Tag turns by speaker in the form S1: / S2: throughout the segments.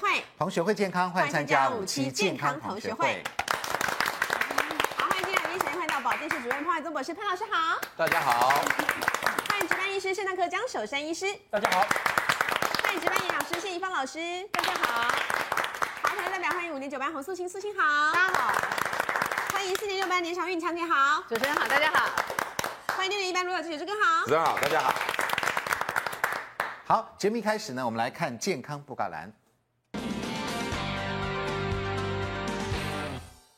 S1: 会，
S2: 同学会健康，欢迎参加五期健康同学会。
S1: 好，欢迎今天的医生，欢迎到保健室主任潘海宗博士，潘老师好。
S3: 大家好，
S1: 欢迎值班医师、肾脏科江守山医师，
S3: 大家好，
S1: 欢迎值班营养师谢怡芳老师，大家好。好，台湾代表欢迎五年九班洪素清，素清好。
S4: 大家好，
S1: 欢迎四年六班年长运强姐好，
S4: 主持人好，大家好。
S1: 欢迎六年一班罗小姐姐更好
S3: 主。持人好，大家好。
S2: 好，节目一开始呢，我们来看健康布告栏。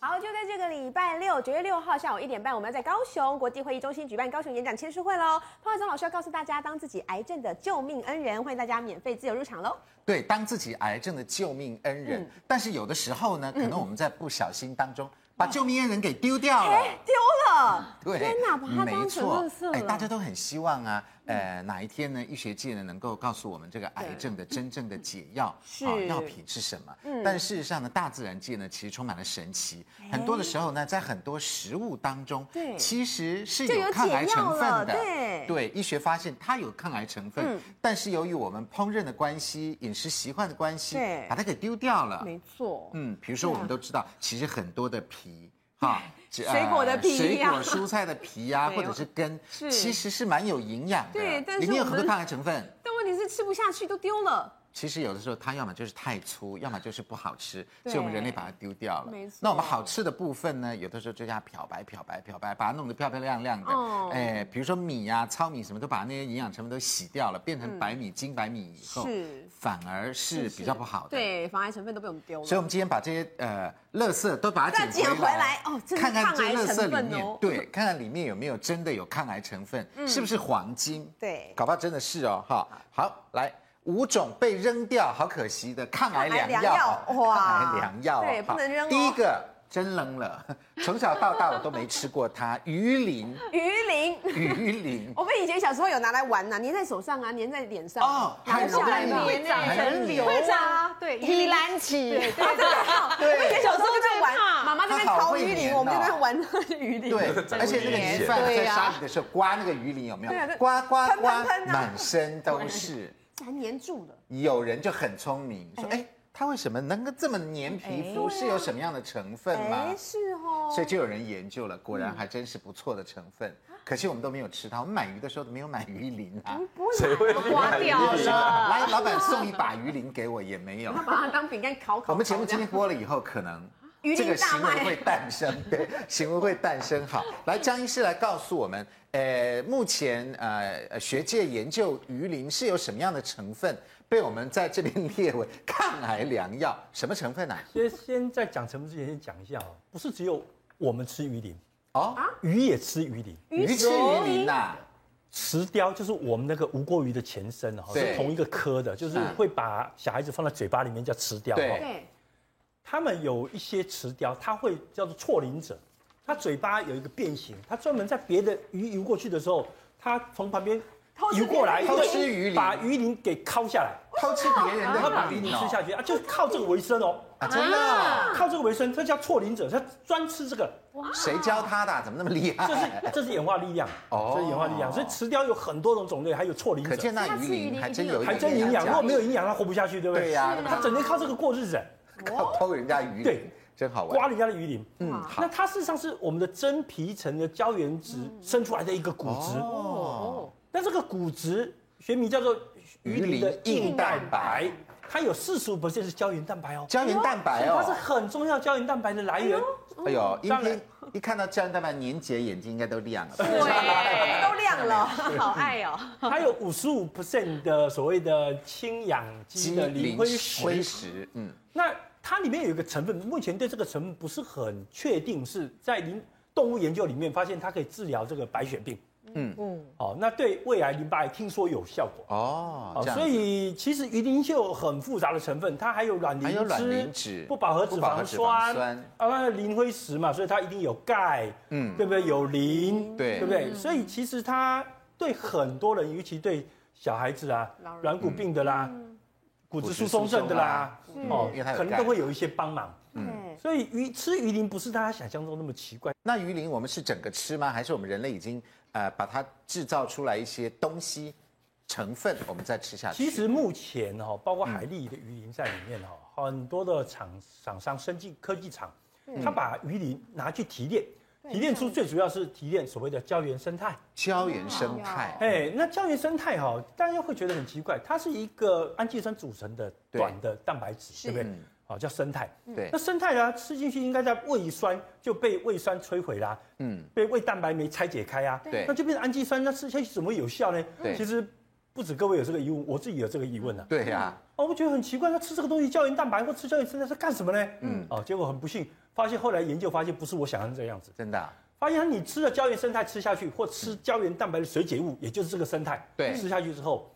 S1: 好，就在这个礼拜六，九月六号下午一点半，我们要在高雄国际会议中心举办高雄演讲签书会喽。潘伟宗老师要告诉大家，当自己癌症的救命恩人，欢迎大家免费自由入场喽。
S2: 对，当自己癌症的救命恩人，但是有的时候呢，可能我们在不小心当中把救命恩人给丢掉了。
S1: 哎丢了，
S2: 对，嗯
S1: 天哪，把它当
S2: 没
S1: 成
S2: 错
S1: 垃圾，了。嗯
S2: 哎，大家都很希望啊，呃，哪一天呢，医学界呢能够告诉我们这个癌症的真正的解药，
S1: 是嗯
S2: 啊药品是什么？但事实上呢，大自然界呢其实充满了神奇，很多的时候呢，在很多食物当中，
S1: 哎对
S2: 其实是
S1: 就有
S2: 有抗癌
S1: 解药
S2: 成
S1: 了
S2: 分的，
S1: 对嗯
S2: 对，医学发现它有抗癌成分，但是由于我们烹饪的关系、饮食习惯的关系
S1: 对，
S2: 把它给丢掉了。
S1: 没错，
S2: 嗯，比如说我们都知道，其实很多的 皮哈，这呃
S1: 水果的皮
S2: 水
S1: 呀
S2: 果、蔬菜的皮呀、
S1: 对
S2: 或者是根，
S1: 是
S2: 其实是蛮有营养的。
S1: 对但是
S2: 里面有
S1: 我
S2: 很多
S1: 们
S2: 抗癌成分。
S1: 但问题是吃不下去，都丢了。
S2: 其实有的时候它要么就是太粗，要么就是不好吃，所以我们人类把它丢掉了。
S1: 没错
S2: 那我们好吃的部分呢，有的时候就这样漂白、漂白、漂白，把它弄得漂漂亮亮的。
S1: 哦
S2: 哎，比如说米呀、糙米什么，都把那些营养成分都洗掉了，变成白米、精白米以后，
S1: 嗯是
S2: 反而是比较不哦好的。。
S1: 对，防癌成分都被我们丢了。
S2: 所以，我们今天把这些呃，垃圾都把它
S1: 再
S2: 捡
S1: 捡回来哦这是
S2: 看看
S1: 抗
S2: 这
S1: 癌
S2: 垃圾
S1: 成分
S2: 里面，
S1: 哦嗯
S2: 对，看看里面有没有真的有抗癌成分，是不是黄金？
S1: 对
S2: 搞不好真的是哦，哈。好，来五种被扔掉，好可惜的抗癌良
S1: 抗癌良药哇
S2: 抗癌良药哦，
S1: 对
S2: 哈
S1: 不能扔哦
S2: 第一个真扔了，从小到大我都没吃过它，鱼鳞，
S1: 鱼 鳞，
S2: 鱼鳞。
S1: 我们以前小时候有拿来玩呐、粘在手上啊，粘在脸上，
S2: 哦
S1: 拿
S2: 还
S1: 来
S2: 有
S1: 上
S2: 那
S1: 来
S2: 个
S1: 粘
S2: 长
S1: 欸
S2: 成瘤
S1: 会长
S4: 啊
S1: 啊，
S4: 对，
S1: 提
S4: 篮起，对对
S1: 哦我们以前小时候就在玩，
S4: 这个怕
S1: 妈妈在那边
S2: 它好
S1: 烤
S2: 会
S1: 鱼鳞，
S2: 粘哦
S1: 我们就在那玩那个鱼鳞。
S2: 对，
S3: 真
S2: 而且那个
S3: 危
S2: 鱼
S3: 险
S2: 贩
S1: 对
S2: 在
S1: 呀
S2: 杀你的时候刮那个鱼鳞有没有
S1: 对啊对？
S2: 刮刮
S1: 喷喷
S2: 刮
S1: 喷，啊
S2: 满身都 是。
S1: 这还粘住了。
S2: 有人就很聪明，说：“哎，它为什么能够这么粘皮肤？是有什么样的成分吗
S1: 哎，是哦。？”
S2: 所以就有人研究了，果然还真是不错的成分。可惜我们都没有吃它，我们买鱼的时候都没有买鱼鳞啊。
S1: 嗯
S3: 谁会
S4: 刮掉了。
S2: 来，老板送一把鱼鳞给我也没有
S1: 他。把它当饼干烤烤烤。
S2: 我们节目今
S1: 这
S2: 天
S1: 样
S2: 播了以后，可能
S1: 鱼
S2: 这
S1: 鳞
S2: 个
S1: 大
S2: 行为
S1: 卖
S2: 会诞生，对，行为会诞生。好，来张医师来告诉我们，呃，目前呃呃学界研究鱼鳞是有什么样的成分被我们在这边 列为抗癌良药？什么成分呢、
S5: 先先在讲成分之前，先讲一下哦，不是只有我们吃鱼鳞，
S2: 哦，
S5: 鱼也吃啊鱼鳞。
S2: 鱼吃鱼鳞呐、
S5: 石雕就是我们那个无过鱼的前身哦，
S2: 对
S5: 是同一个科的，就是会把小孩子放在嘴巴里面叫石雕
S2: 对
S5: 哦。
S1: 对，
S5: 他们有一些石雕，它会叫做错鳞者，它嘴巴有一个变形，它专门在别的鱼游过去的时候，它从旁边
S1: 偷吃
S5: 游过来，
S2: 别人的
S5: 对
S2: 偷吃鱼鳞
S5: 把鱼鳞给敲下来，
S2: 偷吃别人
S5: 它把
S2: 的
S5: 鱼
S2: 鱼鳞
S5: 鳞吃下
S2: 哦，
S5: 去啊，就靠这个为生哦，
S2: 啊，真的哦、
S5: 靠这个为生，这叫错鳞者，它专吃这个。
S2: 谁教他的啊？怎么那么厉
S5: 这是
S2: 害？
S5: 这是演化力量，
S2: 哦
S5: 哦，这是演化力量。所以池雕有很多种种类，还有错鳞
S2: 可
S5: 者
S2: 见，那鱼鳞还真有一
S5: 还
S2: 点
S5: 真营养。如
S2: 价
S5: 果
S2: 值
S5: 没有营养，它活不下去，对不对？
S2: 对呀是啊
S5: 它整天靠这个过日子，
S2: 靠偷人家鱼鳞
S5: 对，
S2: 真好玩
S5: 刮。人家的鱼鳞。嗯，
S2: 嗯，好
S5: 那。它事实上是我们的真皮层的胶原质
S2: 嗯
S5: 生出来的一个骨质。
S2: 哦，
S5: 那这个骨质学名叫做鱼鳞的硬蛋白，它有四十五是胶原蛋白哦，
S2: 胶原蛋白
S5: 它是
S2: 哦，
S5: 很重要胶原蛋白的来源。
S2: 哎呦，一
S5: 嗯当然
S2: 天一看到胶原蛋白年姐眼睛应该都亮了吧。
S1: 对，我们都亮了，好爱哦。
S5: 它有五十五的所谓的氢氧基的磷灰石
S2: 灰。石，嗯，
S5: 那它里面有一个成分，目前对这个成分不是很确定，是在临动物研究里面发现它可以治疗这个白血病。
S2: 嗯
S5: 嗯嗯，哦，那对胃癌、淋巴癌听说有效果。
S2: 哦，
S5: 哦，
S2: 这样子
S5: 所以其实鱼鳞秀很复杂的成分，它还有卵
S2: 还有卵磷脂
S5: 磷脂、不饱和
S2: 不
S5: 脂
S2: 饱和
S5: 肪
S2: 脂肪
S5: 酸
S2: 酸
S5: 啊，那磷灰石嘛，所以它一定有钙，
S2: 嗯
S5: 嗯，对不对？有磷，
S2: 对
S5: 对不
S1: 嗯
S5: 对？所以其实它对很多人，尤其对小孩子啊
S1: 老人、嗯
S5: 软骨病的啦、骨质疏松症的啦，哦
S2: 嗯因为它有
S5: 可能
S2: 钙嗯
S5: 都会有一些帮忙。
S1: 对，
S5: 所以鱼吃鱼鳞不是大家想象中那么奇怪，
S2: 那鱼鳞我们是整个吃吗？还是我们人类已经呃把它制造出来一些东西成分，我们再吃下去。
S5: 其实目前哈、包括海蛎的鱼鳞在里面哈、
S2: 嗯
S5: 很多的厂厂商、生技科技厂，他把鱼鳞拿去提炼，提炼出最主要是提炼所谓的胶原生态。
S2: 胶原生态，
S5: 哎，那胶原生态哈、大家会觉得很奇怪，它是一个氨基酸组成的
S2: 对嗯
S5: 短的蛋白质，
S4: 是
S5: 对不对？好、叫生态。
S2: 对
S5: 那，生态呢、吃进去应该在胃酸就被胃酸摧毁啦，
S2: 嗯，
S5: 被胃蛋白酶拆解开啊，
S2: 对
S5: 那就变成氨基酸，那吃下去怎么会有效呢？
S2: 对
S5: 其实不止各位有这个疑问，我自己有这个疑问啊。
S2: 对呀，
S5: 哦，我觉得很奇怪，那吃这个东西胶原蛋白或吃胶原生态是干什么呢？
S2: 嗯
S5: 嗯，哦，结果很不幸发现，后来研究发现不是我想象这样子，
S2: 真的啊，
S5: 发现你吃了胶原生态吃下去，或吃胶原蛋白的水解物，也就是这个生态，
S2: 嗯对
S5: 吃下去之后，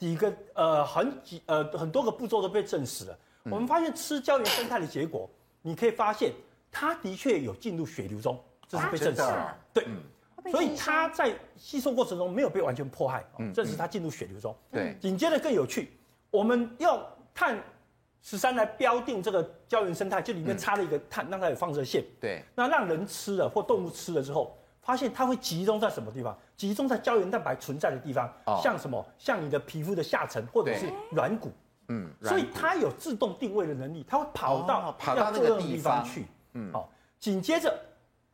S5: 几个呃很几呃很多个步骤都被证实了。
S2: 嗯
S5: 我们发现吃胶原生态的结果，你可以发现它的确有进入血流中，这是被证
S2: 真
S5: 实
S2: 的
S5: 的
S2: 啊，
S5: 对。
S1: 会被
S5: 所
S1: 吸
S5: 以
S1: 收
S5: 它在吸收过程中没有被完全迫害，哦这是它进入血流中。
S2: 嗯对
S5: 紧接着更有趣，我们要碳十三来标定这个胶原生态，就里
S2: 嗯
S5: 面插了一个碳，让它有放射线。
S2: 对，
S5: 那让人吃了或动物吃了之后，发现它会集中在什么地方？集中在胶原蛋白存在的地方，
S2: 哦
S5: 像什么？像你的皮肤的下层或者
S2: 对
S5: 是软骨。
S2: 嗯，
S5: 所以
S2: 软骨
S5: 它有自动定位的能力，它会跑到、
S2: 哦跑到
S5: 要
S2: 那
S5: 作
S2: 个
S5: 用的
S2: 地
S5: 地
S2: 方
S5: 方去。嗯，好、紧接着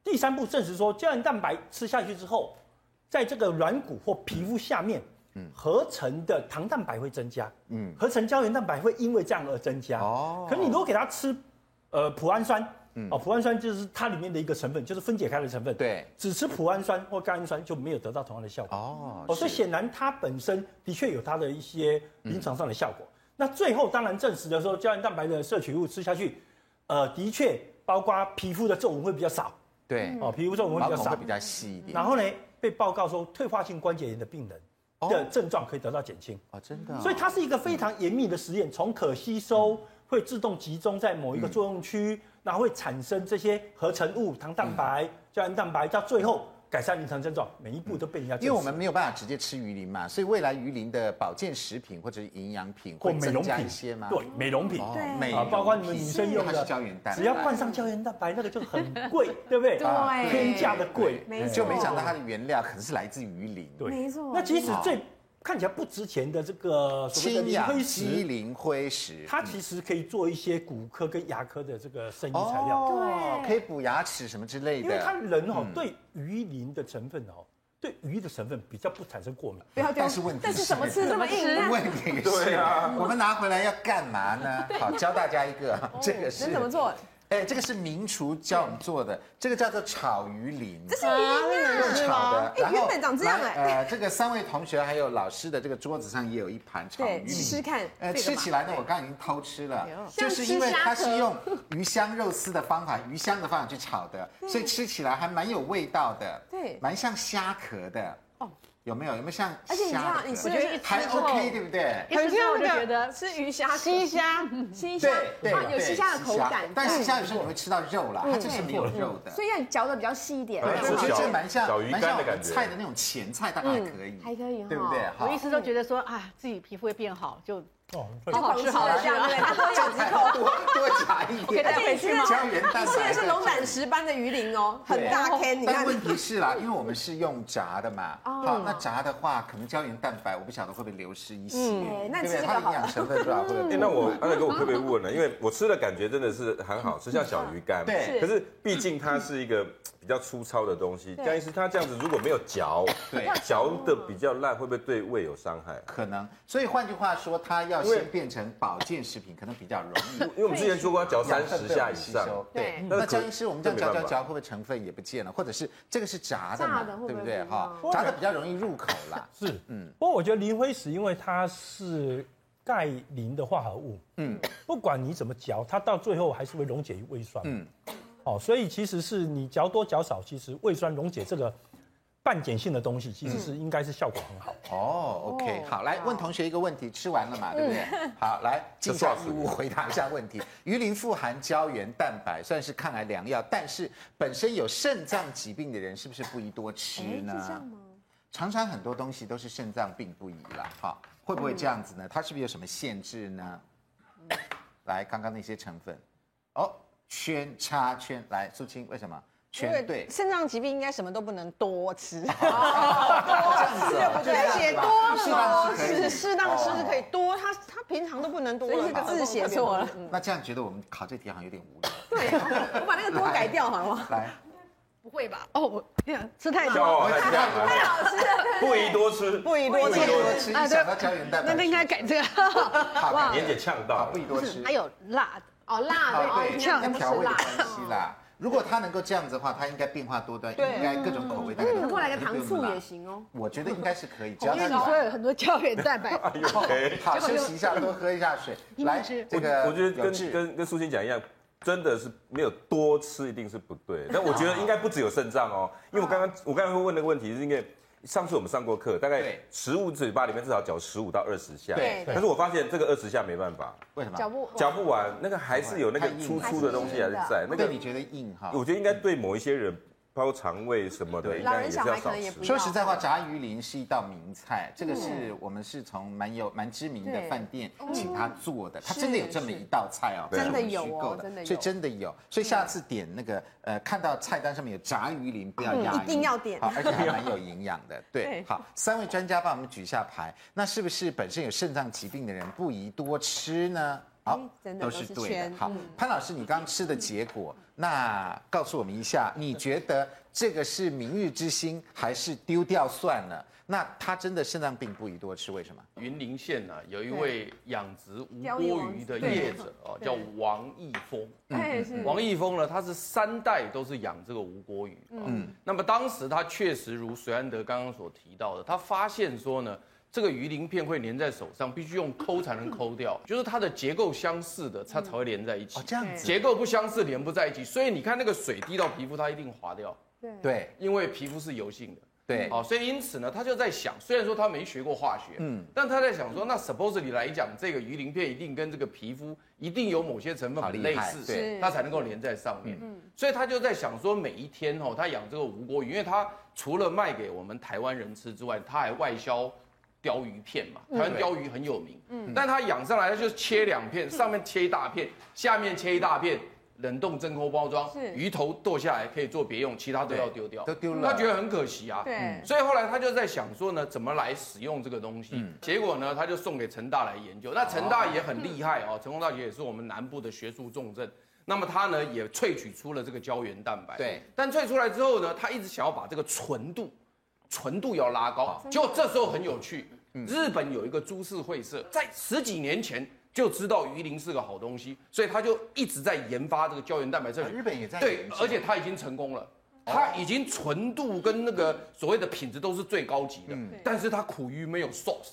S5: 第三步证实说，胶原蛋白吃下去之后，在这个软骨或皮肤下面，嗯，合成的糖蛋白会增加，
S2: 嗯
S5: 嗯，合成胶原蛋白会因为这样而增加。
S2: 哦嗯
S5: 哦，可你如果给它吃，呃，普氨酸。哦，普氨酸就是它里面的一个成分，就是分解开的成分。
S2: 对
S5: 只吃普氨酸或甘氨酸就没有得到同样的效果。
S2: 哦
S5: 哦，所以
S2: 是嗯
S5: 显然它本身的确有它的一些临床上的效果。那最后当然证实的时候，胶原蛋白的摄取物吃下去，呃，的确包括皮肤的皱纹会比较少，
S2: 对，
S5: 哦，皮肤皱纹
S2: 嗯毛
S5: 会比较
S2: 孔会
S5: 少
S2: 比。较细一点。
S5: 然后呢，被报告说退化性关节炎的病人的
S2: 哦
S5: 症状可以得到减轻，
S2: 哦，嗯真的啊，
S5: 所以它是一个非常严密的实验，从可吸收会自动集中在某
S2: 嗯
S5: 一个作用区，然后会产生这些合成物糖蛋
S2: 嗯
S5: 白、胶原蛋白，到最后改善临床症状，每一步都被人家证
S2: 因为我
S5: 实
S2: 们没有办法直接吃鱼鳞嘛，所以未来鱼鳞的保健食品或者是营养品
S5: 或
S2: 会
S5: 美
S2: 增
S5: 容
S2: 加
S5: 品
S2: 一些吗？
S5: 对，美容品，
S2: 哦
S1: 对
S2: 美
S5: 啊
S2: 容
S5: 包括你们
S2: 品
S5: 女生用
S2: 它是
S5: 的
S2: 胶原蛋白，
S5: 只要冠上胶原蛋白，那个就很 贵，对不对？
S1: 对
S5: 天价的贵。
S1: 没错，
S2: 就没想到它的原料可能是来自鱼鳞，
S5: 对
S1: 没错，
S5: 那其实最看起来不值钱的这个所谓的
S2: 氢
S5: 磷
S2: 氧
S5: 灰
S2: 基
S5: 石，
S2: 磷灰石，
S5: 它其实可以做一些骨科跟牙科的这个生医材料，
S2: 哦，
S1: 对
S2: 可以补牙齿什么之类
S5: 因为它
S2: 的。
S5: 人哦
S1: 嗯
S5: 对鱼鳞的成分哦，对鱼的成分比较不产生过敏。
S1: 不要丢
S2: 但是问题
S1: 但是什么吃这么硬？
S4: 怎么
S1: 那
S2: 问题是，我们拿回来要干嘛 呢？好，教大家一个，这个是
S1: 哦能怎么？做？
S2: 哎，这个是名厨教我们做的，这个叫做炒鱼鳞，这
S1: 是鱼鳞啊，
S2: 用炒的
S1: 哎。原本长这样
S2: 来
S1: 哎
S2: 呃，这个三位同学还有老师的这个桌子上也有一盘炒鱼
S1: 对，
S2: 鳞。
S1: 吃看，
S2: 呃，吃起来呢，我刚刚已经偷吃了，就
S1: 像
S2: 是
S1: 吃
S2: 因为
S1: 虾
S2: 它是
S1: 壳
S2: 用鱼香肉丝的方法、鱼香的方法去炒的，所以吃起来还蛮有味道的，
S1: 对
S2: 蛮像虾壳的，哦，有没有？有没有像
S1: 而且你知道
S2: 虾的
S1: 你
S2: 壳
S1: 吃
S4: 我觉得一吃
S2: 还
S4: 之后，
S2: OK 对不对？
S1: 哎
S4: 一吃之后我就觉得
S1: 吃鱼虾，
S4: 西虾，
S1: 西虾
S2: 对，对，
S1: 它有
S2: 对
S1: 西虾的口感，嗯
S2: 但
S1: 对
S2: 是虾有时候你会吃到肉啦，它这是没有肉的。
S1: 所以要嚼的比较细一点
S2: 对，
S3: 以
S2: 我觉得这蛮像
S3: 小鱼
S2: 蛮
S3: 干
S2: 像我
S3: 的
S2: 们
S3: 感觉
S2: 菜的那种前菜，大概还可以，
S1: 嗯还可以哈
S2: 对不对？
S4: 我
S2: 好
S4: 一，直都觉得说啊，自己皮肤会变好，就
S5: 哦，
S1: 就
S4: 好吃好
S1: 狂这
S4: 吃
S1: 样对不对？多咬几 口。
S2: 多多夹一点，
S4: 大家回去吗
S2: 胶原蛋白
S1: 你吃的是龙胆石般的鱼鳞哦，很大
S4: 对
S1: can，你
S2: 但
S1: 看。
S2: 问题是啦，因为我们是用炸的嘛，好，那炸的话，可能胶原蛋白我不晓得会不会流失一些，
S1: 哎那
S2: 对
S1: 你
S2: 不
S1: 吃
S2: 对？
S1: 这
S2: 它
S1: 个
S2: 营
S1: 好
S2: 养
S1: 了，
S2: 成分不知道会不
S3: 哎
S2: 会。
S3: 那我 安乐哥，我可不可以问了？因为我吃的感觉真的是很好吃，像小鱼干。
S2: 对
S3: 可是毕竟它是一个比较粗糙的东西，江医师他这样子如果没有嚼，
S2: 对
S3: 嚼的比较烂，会不会对胃有伤害？啊
S2: 可能，所以换句话说，它要先
S3: 因为
S2: 变成保健食品，可能比较容易。
S3: 因为我们之前说过要嚼 三
S2: 养分
S3: 十
S2: 被我
S3: 下
S2: 们
S3: 以
S2: 吸
S3: 上，
S2: 收。
S4: 对
S2: 对，
S3: 那
S2: 那
S3: 可
S2: 姜医师，我们这样
S3: 这
S2: 嚼
S3: 没
S2: 嚼
S3: 办法
S2: 嚼，会不会成分也不见了？或者是这个是炸的嘛
S1: 炸的会，不会
S2: 对不对？
S1: 不一样
S2: 哈，炸的比较容易入口啦。
S5: 是，嗯。不过我觉得磷灰石，因为它是钙磷的化合物，嗯，不管你怎么嚼，它到最后还是会溶解于胃酸，
S2: 嗯
S5: 嗯，哦，所以其实是你嚼多嚼少，其实胃酸溶解这个半碱性的东西，其实是应该是效果很好。
S2: 哦，OK，好，来问同学一个问题，吃完了嘛，对不对？ 好，来尽一下义务回答一下问题。鱼鳞富含胶原蛋白，算是抗癌良药，但是本身有肾脏疾病的人是不是不宜多吃呢？常常很多东西都是肾脏病不宜啦，哈，会不会这样子呢？它是不是有什么限制呢？ 来，刚刚那些成分，哦，圈叉圈，来，苏青，为什么？
S6: 因
S2: 全
S6: 为
S2: 对，
S6: 肾脏疾病应该什么都不能多 吃，
S2: 这样子哦，
S6: 而且
S7: 啊
S6: 多
S2: 适当
S6: 了哦
S2: 吃可以
S6: 是适当吃是可以多，他他平常都不能多
S1: 所以
S6: 了
S1: 这个
S6: 吧，
S1: 字写错了，
S2: 那这样觉得我们考这题好像有点无聊。
S1: 对，我把那个多改掉好吗？
S2: 来，
S4: 不会吧？哦，我哎
S6: 嗯
S4: 呀吃太
S3: 骄
S4: 多，
S3: 傲哦还是这样
S1: 太
S3: 还好
S1: 好吃了，
S3: 不宜多吃，
S6: 不宜多
S2: 不
S6: 吃
S2: 宜。多吃，一想到胶原蛋白，
S4: 那那应该改这个。
S2: 好
S4: 哇
S3: 妍姐呛
S2: 好
S3: 到
S2: 啊不宜多吃。
S4: 还有辣的，
S1: 哦，辣的，
S2: 哦，
S1: 哦
S2: 对，
S1: 这样
S2: 跟
S1: 不吃
S2: 调味的
S1: 辣
S2: 关。系啦。如果它能够这样子的话，它应该变化多端，应该各种口味大概都。
S1: 可不来个糖醋也
S2: 行。
S1: 行哦。
S2: 我觉得应该是可以，只要
S4: 因为
S2: 它
S4: 你说有很多胶原蛋白，
S3: 哎呦喂。
S2: 好，休息一下，多喝一下水。来，这个
S3: 我觉得
S2: 有
S3: 跟
S2: 志
S3: 跟跟苏欣讲一样，真的是没有多吃一定是不对。但我觉得应该不只有肾脏哦，因为我刚刚我刚才会问那个问题，是因为上次我们上过课，大概
S2: 对
S3: 食物嘴巴里面至少嚼十五到二十下，
S6: 对
S3: 但是我发现这个二十下没办法，
S2: 为什么？
S1: 脚步
S3: 嚼不完，那个还是有那
S2: 太
S3: 个
S2: 硬
S3: 粗
S2: 了
S3: 粗的东西还是在。那
S2: 对
S3: 个
S2: 你觉得硬哈？
S3: 我觉得应该对某一些人，包括肠胃什么的，
S2: 对
S3: 应
S1: 老
S3: 该
S1: 人
S3: 也是
S1: 小
S3: 要
S1: 孩可
S3: 少
S1: 能也
S3: 吃
S1: 不。嗯
S2: 说实在话，炸鱼鳞是一道名菜，这个是我们是从蛮有蛮知名的饭店请他做的，他真的有这么一道菜哦，
S3: 是
S2: 不是
S3: 真的
S2: 我们
S1: 有
S2: 虚
S1: 哦
S2: 构
S1: 嗯真的有
S2: 所以真的有，所以下次点那个呃，看到菜单上面有炸鱼鳞，不要压
S1: 嗯一定要点
S2: 好，而且 还蛮有营养的，对
S1: 对，
S2: 好，三位专家帮我们举下牌，那是不是本身有肾脏疾病的人不宜多吃呢？好
S1: 哎，真的
S2: 都
S1: 都
S2: 是
S1: 是
S2: 对
S1: 圈嗯
S2: 的。好，潘老师，你刚吃的结果，那告诉我们一下，你觉得这个是明日之星，还是丢掉算了？那他真的肾脏病不宜多吃，为什么？
S8: 云林县啊，有一位养殖无
S1: 雕叶
S8: 锅
S1: 王
S8: 鱼的
S1: 对
S8: 业者哦，叫王义峰。
S1: 哎，
S2: 嗯
S1: 是
S8: 王义峰呢，他是三代都是养这个无锅鱼。嗯，那么当时他确实如隋安德刚刚所提到的，他发现说呢，这个鱼鳞片会粘在手上，必须用抠才能抠 掉，就是它的结构相似的，它才会连在一起
S2: 哦，。这样子，
S8: 结构不相似，连不在一起，所以你看那个水滴到皮肤，它一定滑掉，
S2: 对
S8: 因为皮肤是油性的。
S2: 对，
S8: 好，哦所以因此呢，他就在想，虽然说他没学过化学，嗯，但他在想说，那 supposedly 来讲，这个鱼鳞片一定跟这个皮肤一定有某些成分
S2: 好
S8: 很
S2: 厉
S8: 类
S2: 害
S8: 似，
S2: 对嗯
S1: 是
S8: 它才能够连在上面。所以他就在想说，每一天哦，他养这个无锅鱼，因为他除了卖给我们台湾人吃之外，他还外销。鲷鱼片嘛，
S2: 嗯
S8: 台湾鲷鱼很有名，嗯，但他养上来，他就切两片，上面切一大片，下面切一大片，冷冻真空包装
S1: 是，
S8: 鱼头剁下来可以做别用，其他都要丢
S1: 嗯
S8: 掉，
S2: 都丢了
S8: 他觉得很可惜啊，
S1: 对，
S8: 所以后来他就在想说呢，怎么来使用这个东西。结果呢，他就送给成大来研究。那成大也很厉害哦，成功大学也是我们南部的学术重镇。那么他呢，也萃取出了这个胶原蛋白。
S2: 对，
S8: 但萃出来之后呢，他一直想要把这个纯度，纯度要拉高。结果这时候很有趣，日本有一个株式会社，在十几年前。就知道鱼鳞是个好东西，所以他就一直在研发这个胶原蛋白萃
S2: 啊
S8: 取。
S2: 日本也在
S8: 对
S2: 研究，
S8: 而且它已经成功了。它已经纯度跟那个所谓的品质都是最高级的，但是它苦于没有 sauce，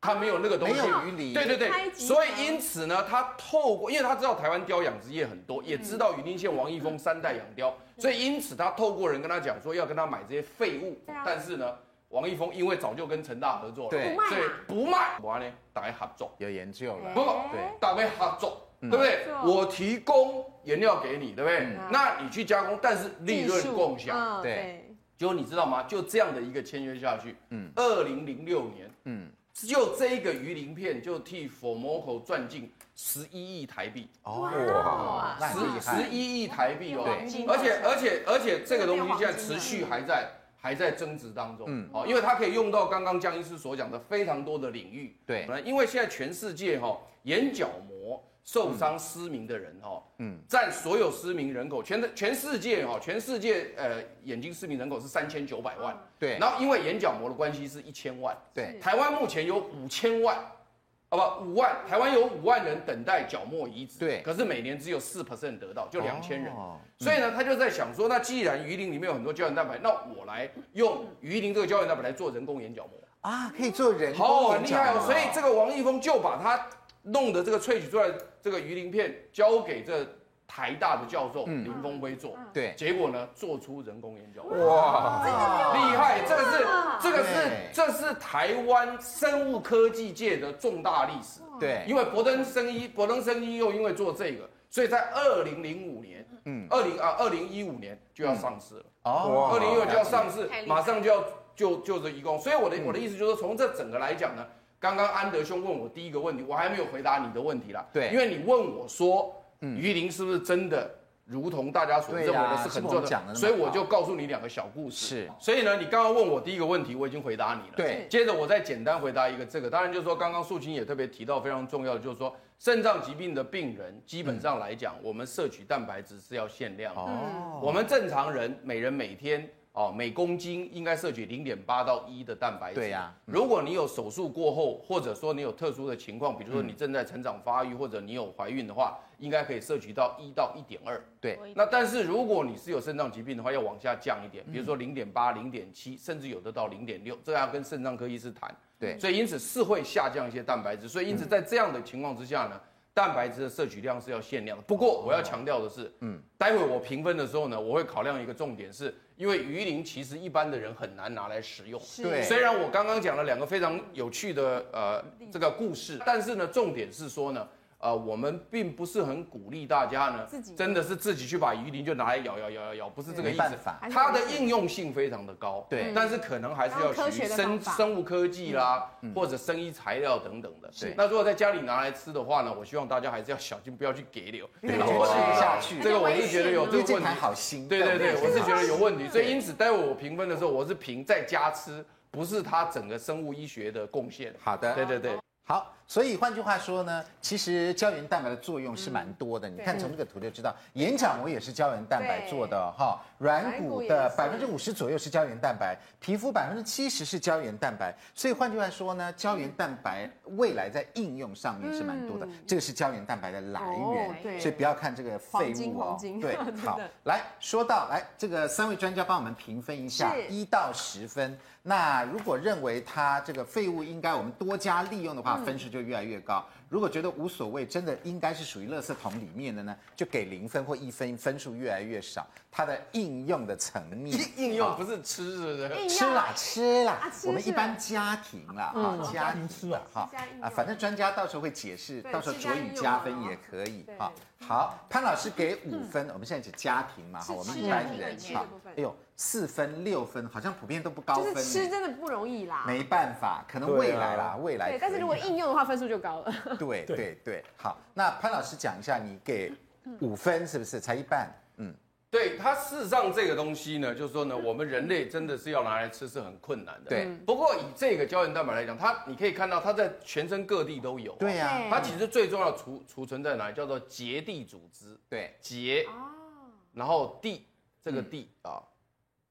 S8: 它没有那个东西，
S2: 嗯没有鱼鳞
S8: 对对
S1: 开
S8: 对，
S1: 集
S8: 所以因此呢，他透过，因为他知道台湾雕养殖业很多，也
S1: 嗯
S8: 知道云林县王义峰三代养雕， 所以因此他透过人跟他讲说要跟他买这些废物
S1: 对啊，
S8: 但是呢，王义峰因为早就跟陈大合作了，
S2: 对
S1: 不卖
S8: 所以
S1: 啦
S8: 不卖，我呢打来合作。
S2: 有研究了。
S8: 不不
S1: 哎
S2: 对，
S8: 大家合作，对不
S1: 没？
S8: 对
S1: 错
S8: 我提供原料给你，对不对？那你去加工，但是利润共享。
S1: 嗯
S2: 对
S8: 结果你知道吗？就这样的一个签约下去，嗯，二零零六年，嗯，就这一个鱼鳞片就替 Formoco 赚进十一亿台币，
S2: 哦，那
S8: 十
S2: 很厉
S8: 十
S2: 害。
S8: 一亿台币哦，
S1: 对
S8: 而且而且而且这个东西现在持续还在还在增值当中，嗯，哦，因为它可以用到刚刚江医师所讲的非常多的领域，
S2: 对
S8: 呃因为现在全世界哈、眼角膜受伤失明的人哈、嗯，占所有失明人口，全全世界哈、全世界呃眼睛失明人口是三千九百万，
S2: 对
S8: 然后因为眼角膜的关系是一千万，
S2: 对，
S8: 台湾目前有五千万，啊不，五万，台湾有五万人等待角膜移植，
S2: 对
S8: 可是每年只有四 percent 得到，就两千人。
S2: 哦
S8: 所以呢，他就在想说，那既然鱼鳞里面有很多胶原蛋白，那我来用鱼鳞这个胶原蛋白来做人工眼角膜，
S2: 啊，可以做人工
S8: 好、很
S2: 眼
S8: 厉
S2: 角
S8: 害哦。
S2: 膜
S8: 所以这个王义峰就把他弄的这个萃取出来的这个鱼鳞片交给这台大的教授
S2: 嗯
S8: 林峰辉做，
S2: 对
S8: 结果呢，做出人工眼角膜。
S3: 哇，
S8: 厉害，这个是这个是
S2: 对
S8: 这是台湾生物科技界的重大历史，
S2: 对
S8: 因为博登生医，博登生医又因为做这个，所以在二零零五年，嗯，二零啊二零一五年就要上市了，
S2: 哦
S8: 二零一五就要上市
S4: 太，厉害
S8: 马上就要就就是移工，所以我的
S2: 嗯
S8: 我的意思就是说，从这整个来讲呢，刚刚安德兄问我第一个问题，我还没有回答你的问题啦，
S2: 对嗯
S8: 因为你问我说，鱼鳞是不是真的如同大家所认为
S2: 对
S8: 的
S2: 呀
S8: 是很
S2: 是我
S8: 重
S2: 们讲的那么
S8: 要，所以我就告诉你两个小故事。哦
S2: 是
S8: 所以呢，你刚刚问我第一个问题，我已经回答你了。
S2: 对
S8: 接着我再简单回答一个这个，当然就是说，刚刚素清也特别提到非常重要的，就是说肾脏疾病的病人，基本上来讲，我们摄取蛋白质是要限量的。
S2: 嗯哦，
S8: 我们正常人每人每天哦每公斤应该摄取零点八到一的蛋白质。
S2: 对呀嗯
S8: 如果你有手术过后，或者说你有特殊的情况，比如说
S2: 嗯
S8: 你正在成长发育，或者你有怀孕的话，应该可以摄取到一到一点二。
S2: 对，
S8: 那但是如果你是有肾脏疾病的话，要往下降一点，比如说零点八、零点七，甚至有的到零点六，这要跟肾脏科医师谈。
S2: 对嗯
S8: 所以因此是会下降一些蛋白质，所以因此在这样的情况之下呢，蛋白质的摄取量是要限量的。不
S2: 哦
S8: 过我要强调的是，嗯，待会我评分的时候呢，我会考量一个重点是，因为鱼鳞其实一般的人很难拿来食用。
S2: 对
S8: 虽然我刚刚讲了两个非常有趣的呃这个故事，但是呢，重点是说呢。呃，我们并不是很鼓励大家呢，
S1: 自己
S8: 真的是自己去把鱼鳞就拿来咬咬咬咬咬，不是这个意
S2: 没
S8: 思
S2: 办法。
S8: 它的应用性非常的高，
S2: 对
S8: 但是可能还是要
S1: 当科
S8: 学
S1: 学的方
S8: 生
S1: 法
S8: 生物科技啦，或者生医材料等等的。
S2: 嗯是
S8: 那如果在家里拿来吃的话呢，我希望大家还是要小心，不要去给流，
S2: 对
S8: 然后
S2: 吃不下去
S8: 这个我是觉得有这
S2: 对
S8: 个
S2: 键
S8: 问题
S2: 盘。好新，
S8: 对对对，
S2: 但
S8: 我是觉得有问题，所以
S2: 对
S8: 因此待会我评分的时候，我是评在家吃，不是它整个生物医学的贡献。
S2: 好的，
S8: 对对对，
S2: 好，所以换句话说呢，其实胶原蛋白的作用是
S1: 嗯
S2: 蛮多的。你看从这个图就知道，眼角膜也是胶原蛋白做的哦哈、
S1: 嗯
S2: 软骨的百分之五十左右是胶原蛋白，皮肤百分之七十是胶原蛋白。所以换句话说呢，胶原蛋白未来在应用上面是蛮多的，这个是胶原蛋白的来源。
S1: 嗯哦对
S2: 所以不要看这个废
S1: 黄金
S2: 物哦
S1: 黄。金
S2: 对
S1: 真，的
S2: 好，来说到来，这个三位专家帮我们评分一下，
S1: 是
S2: 一到十分。那如果认为它这个废物应该我们多加利用的话，分数就越来越高；如果觉得无所谓，真的应该是属于垃圾桶里面的呢，就给零分或一分，分数越来越少。它的应用的层面，
S8: 应用
S2: 好
S8: 不是吃，是不是？
S2: 吃啦吃啦，
S1: 啊吃
S2: 我们一
S1: 是嗯
S2: 般家庭啦哈，家庭吃啦哈
S1: 吃加应用
S2: 啊，反正专家到时候会解释，
S1: 对
S2: 到时候
S1: 吃
S2: 酌
S1: 加
S2: 以
S1: 应用
S2: 加
S1: 啊
S2: 分也可以
S1: 对嗯
S2: 哈。好，潘老师给五分，我们现在只家庭嘛哈，
S1: 是
S2: 我们
S1: 吃
S2: 一般
S1: 的
S2: 人
S1: 部分
S2: 哈
S1: 吃的部，分
S2: 哎呦四分六分好像普遍都不高
S1: 就
S2: 分
S1: 是吃
S2: 呢，
S1: 真的不容易啦。
S2: 没办法，可能
S3: 对啊
S2: 未来啦，未来可
S1: 对
S2: 以，。
S1: 但是如果应用的话，分数就高了。
S2: 对
S5: 对
S2: 对对，好，那潘老师讲一下，你给五分是不是才一半？嗯，
S8: 对它，事实上这个东西呢，就是说呢，我们人类真的是要拿来吃是很困难的。
S2: 对
S8: 嗯。不过以这个胶原蛋白来讲，它你可以看到它在全身各地都有。
S2: 对呀，
S8: 它其实最重要的储储存在哪里？叫做结缔组织，
S2: 对，
S8: 结，
S2: 啊
S1: 哦
S8: 然后地这个地啊，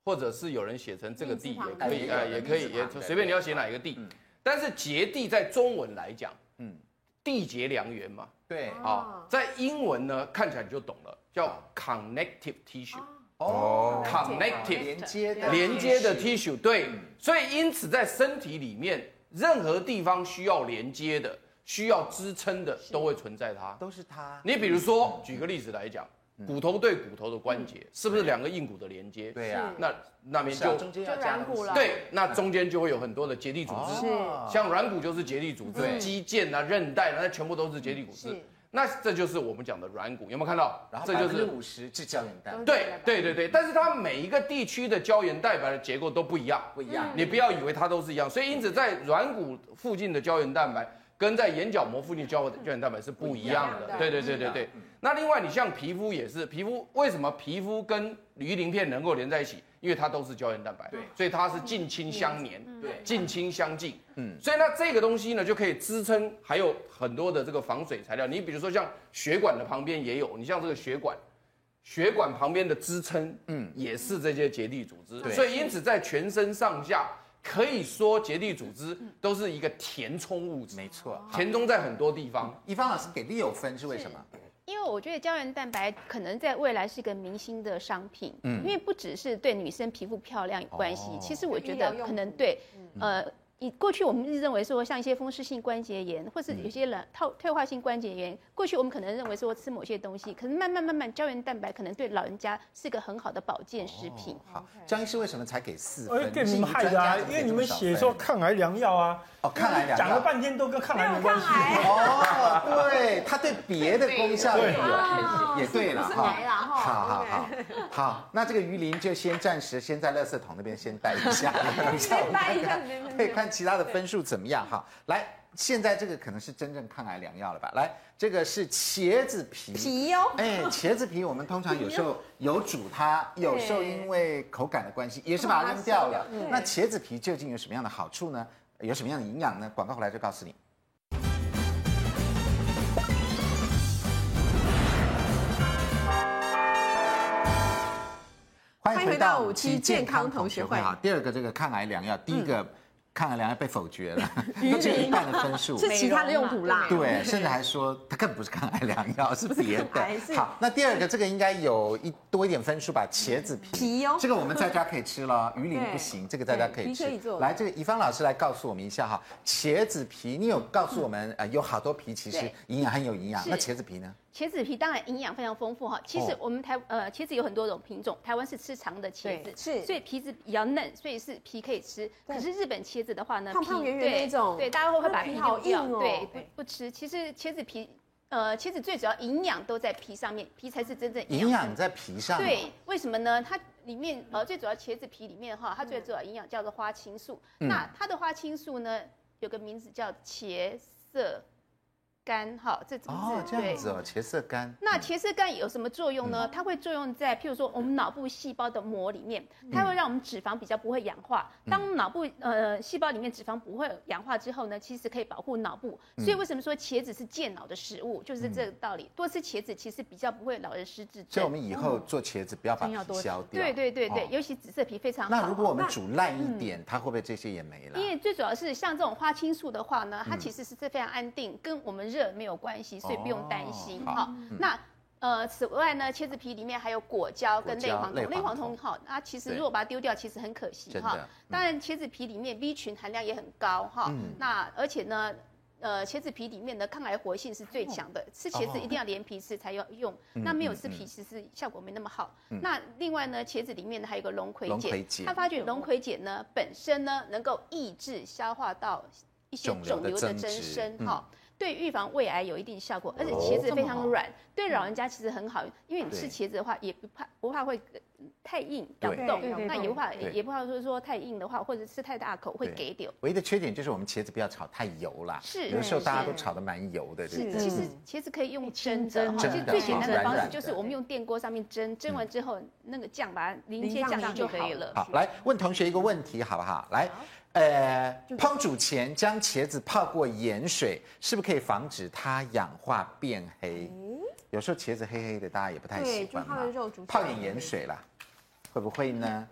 S8: 或者是有人写成这个地
S1: 命字
S8: 也
S1: 旁
S8: 可以，
S2: 嗯哎
S8: 呃，
S2: 也有
S8: 也可以，
S2: 命字
S8: 也
S2: 旁的
S8: 随便你要写哪一个地。但是结缔在中文来讲，
S2: 嗯
S8: 嗯，缔结良缘嘛。
S1: 哦
S2: 对，
S8: 啊，在英文呢看起来你就懂了，
S2: 啊
S8: 叫 connective tissue。
S2: 哦
S8: Connective
S2: 连接的
S8: 连接
S2: 嗯
S8: 的 tissue，对，所以因此在身体里面，任何地方需要连接的、需要支撑的，都会存在它。
S2: 都是嗯它。
S8: 你比如说，举个例子来讲，骨头对骨头的关节，是不是两个硬骨的连接？
S2: 嗯对呀、
S8: 那那边
S2: 是啊
S8: 就
S2: 中间
S1: 就
S2: 要加
S1: 软骨
S2: 东西
S1: 了
S8: 对，那中间就会有很多的结缔组织，
S2: 哦
S8: 像软骨就是结缔组织，
S2: 对
S8: 肌腱啊、韧带啊，那全部都是结缔骨
S1: 是
S8: 质。那这就是我们讲的软骨，有没有看到？
S2: 嗯然后
S8: 这
S2: 百
S8: 就
S2: 分之
S8: 是
S2: 五十是胶原蛋白，
S8: 对对对对，但是它每一个地区的胶原蛋白的结构都不一样，
S2: 不一
S1: 嗯
S2: 样。
S8: 你不要以为它都是一样，所以因此在软骨附近的胶原蛋白跟在眼角膜附近的胶胶原蛋白是不一样
S1: 不一样的。
S8: 的
S1: 嗯
S8: 对对对对对。那另外，你像皮肤也是，皮肤为什么皮肤跟鱼鳞片能够连在一起？因为它都是胶原蛋白，
S2: 对
S8: 所以它是近亲相连，
S1: 嗯
S2: 对
S8: 近亲相近。嗯，所以那这个东西呢，就可以支撑，还有很多的这个防水材料。你比如说像血管的旁边也有，你像这个血管。血管旁边的支撑，嗯，也是这些结缔组织，
S2: 对
S8: 所以因此在全身上下，可以说结缔组织都是一个填充物质，
S2: 没错。好，
S8: 填充在很多地方。
S2: 一方老师给六分是为什么？
S9: 因为我觉得胶原蛋白可能在未来是一个明星的商品，因为不只是对女生皮肤漂亮有关系，其实我觉得可能对，呃。以过去我们一直认为说，像一些风湿性关节炎，或是有些人退退化性关节炎，过去我们可能认为说吃某些东西，可是慢慢慢慢胶原蛋白可能对老人家是个很好的保健食品。
S2: 哦好，张医师为什么才给四
S5: 哎，
S2: 分？
S5: 给你
S2: 是
S5: 们害的啊，因为你们写说抗癌良药啊，
S2: 哦，看来两
S5: 讲了
S2: 个。
S5: 半天都跟抗癌没
S1: 没有
S5: 关系
S1: 抗。癌
S2: 哦，对，它对别的功效也有，也对了
S1: 不啊是癌啦哈
S2: 好好好，好，那这个鱼鳞就先暂时先在垃 圾桶那边先带一下，等一下我们
S1: 拜一下，没问
S2: 可以
S1: 题。
S2: 看其他的分数怎么样哈。来，现在这个可能是真正抗癌良药了吧？来，这个是茄子皮。
S1: 皮哦，
S2: 哎，茄子皮我们通常有时候有煮它，有时候因为口感的关系，也是把它扔掉了。那茄子皮究竟有什么样的好处呢？有什么样的营养呢？广告回来就告诉你。欢
S1: 迎回到五期健康同学会嗯
S2: 好，第二个这个抗癌良药，第一个抗癌良药被否决 了，都只有一半的分数。
S1: 是其他的用途啦。
S2: 对，甚至还说它根本不是抗癌良药，是别
S1: 抗癌是
S2: 的。好，那第二个这个应该有一多一点分数吧，茄子皮。
S1: 皮哦
S2: 这个我们在家可以吃了，鱼鳞
S1: 对
S2: 不行， 这个在家可以
S1: 皮
S2: 吃。
S1: 可以做
S2: 来，这个怡芳老师来告诉我们一下哈，茄子皮，你有告诉我们呃，有好多皮其实
S9: 对
S2: 营养很有营养，
S9: 是
S2: 那茄子皮呢？
S9: 茄子皮当然营养非常丰富哈。其实
S2: 哦
S9: 我们台呃茄子有很多种品种，台湾是吃长的茄子
S1: 对，是
S9: 所以皮子比较嫩，所以是皮可以吃。可是日本茄子的话呢，
S1: 胖胖
S9: 皮
S1: 圆圆那
S9: 对
S1: 种
S9: 对，大家会会
S1: 那
S9: 把
S1: 皮
S9: 皮
S1: 好
S9: 咬掉，
S1: 硬哦
S9: 对，
S1: 对
S9: 不不吃。其实茄子皮呃茄子最主要营养都在皮上面，皮才是真正
S2: 营
S9: 成
S2: 养
S9: 分
S2: 在皮上。
S9: 对，为什么呢？它里面呃最主要茄子皮里面哈，它
S1: 嗯
S9: 最主要营养叫做花青素。那它的花青素呢，有个名字叫茄色苷哈，这这个
S2: 哦，
S9: 字
S2: 这样
S9: 对。
S2: 子哦，茄色干。
S9: 那茄色苷有什么作用
S2: 嗯
S9: 呢？它会作用在譬如说我们脑部细胞的膜里面，
S2: 嗯
S9: 它会让我们脂肪比较不会氧化。当脑部呃细胞里面脂肪不会氧化之后呢，其实可以保护脑部。
S2: 嗯
S9: 所以为什么说茄子是健脑的食物，就是这个道理。多吃茄子其实比较不会老人失智
S2: 所以我
S9: 症。
S2: 们以后做茄子不要把
S9: 嗯
S2: 皮削掉。
S9: 对对嗯对对
S2: 哦，
S9: 尤其紫色皮非常好。
S2: 那如果我们煮烂一点，它会不会这些也没了？
S9: 因为最主要是像这种花青素的话
S2: 嗯
S9: 呢，它其实是非常安定，跟我们热没有关系，所以不用担心
S2: 哦
S9: 哈、那呃，此外呢，茄子皮里面还有果胶跟
S2: 果
S9: 类
S2: 胶
S9: 黄
S2: 类
S9: 酮，类
S2: 黄
S9: 黄酮
S2: 酮
S9: 哈，那其实
S2: 对
S9: 如果把它丢掉，其实很可惜
S2: 真
S9: 哈
S2: 的嗯。
S9: 当然，茄子皮里面 B 群含量也很高哈。
S2: 嗯
S9: 那而且呢。呃，茄子皮里面的抗癌活性是最强
S2: 哦
S9: 的，吃茄子一定要连皮吃才要用，
S2: 嗯
S9: 那没有吃皮其实效果没那么好。那另外呢，茄子里面呢还有个龙葵
S2: 龙葵
S9: 碱
S2: 碱，
S9: 它发觉龙葵碱呢本身呢能够抑制消化道一些
S2: 肿瘤
S9: 肿
S2: 的
S9: 瘤的
S2: 增
S9: 增
S2: 殖
S9: 生
S2: 嗯哦
S9: 哈。对预防胃癌有一定效果，而且茄子非常软，对老人家其实很好，因为你吃
S2: 嗯对
S9: 茄子的话也不怕不怕会呃太硬
S2: 对
S9: 咬不
S1: 对
S9: 动，
S1: 对
S9: 那也不怕
S2: 对
S9: 也不怕说说太硬的话，或者吃太大口会
S2: 对
S9: 给丢。
S2: 唯一的缺点就是我们茄子不要炒太油啦，
S9: 是
S2: 有的时候
S9: 是
S2: 大家都炒的蛮油的，对不嗯对？
S9: 其实其实可以用蒸
S4: 清
S9: 的，
S4: 蒸
S9: 哈，
S2: 的
S9: 其实
S2: 真的
S9: 最简单的
S2: 软
S9: 方
S2: 软
S9: 式
S2: 的
S9: 就是我们用电锅上面蒸，蒸完之后那个酱把它淋一些
S1: 淋上
S9: 酱
S1: 去
S9: 油就
S1: 就
S9: 好
S1: 好
S9: 了。
S2: 好，来问同学一个问题，好不好？来，呃，烹煮前将茄子泡过盐水，是不是可以防止它氧化变黑？有时候茄子黑黑的，大家也不太
S1: 对
S2: 喜欢
S1: 就它
S2: 嘛
S1: 的肉煮起来
S2: 泡点盐水啦，会不会呢？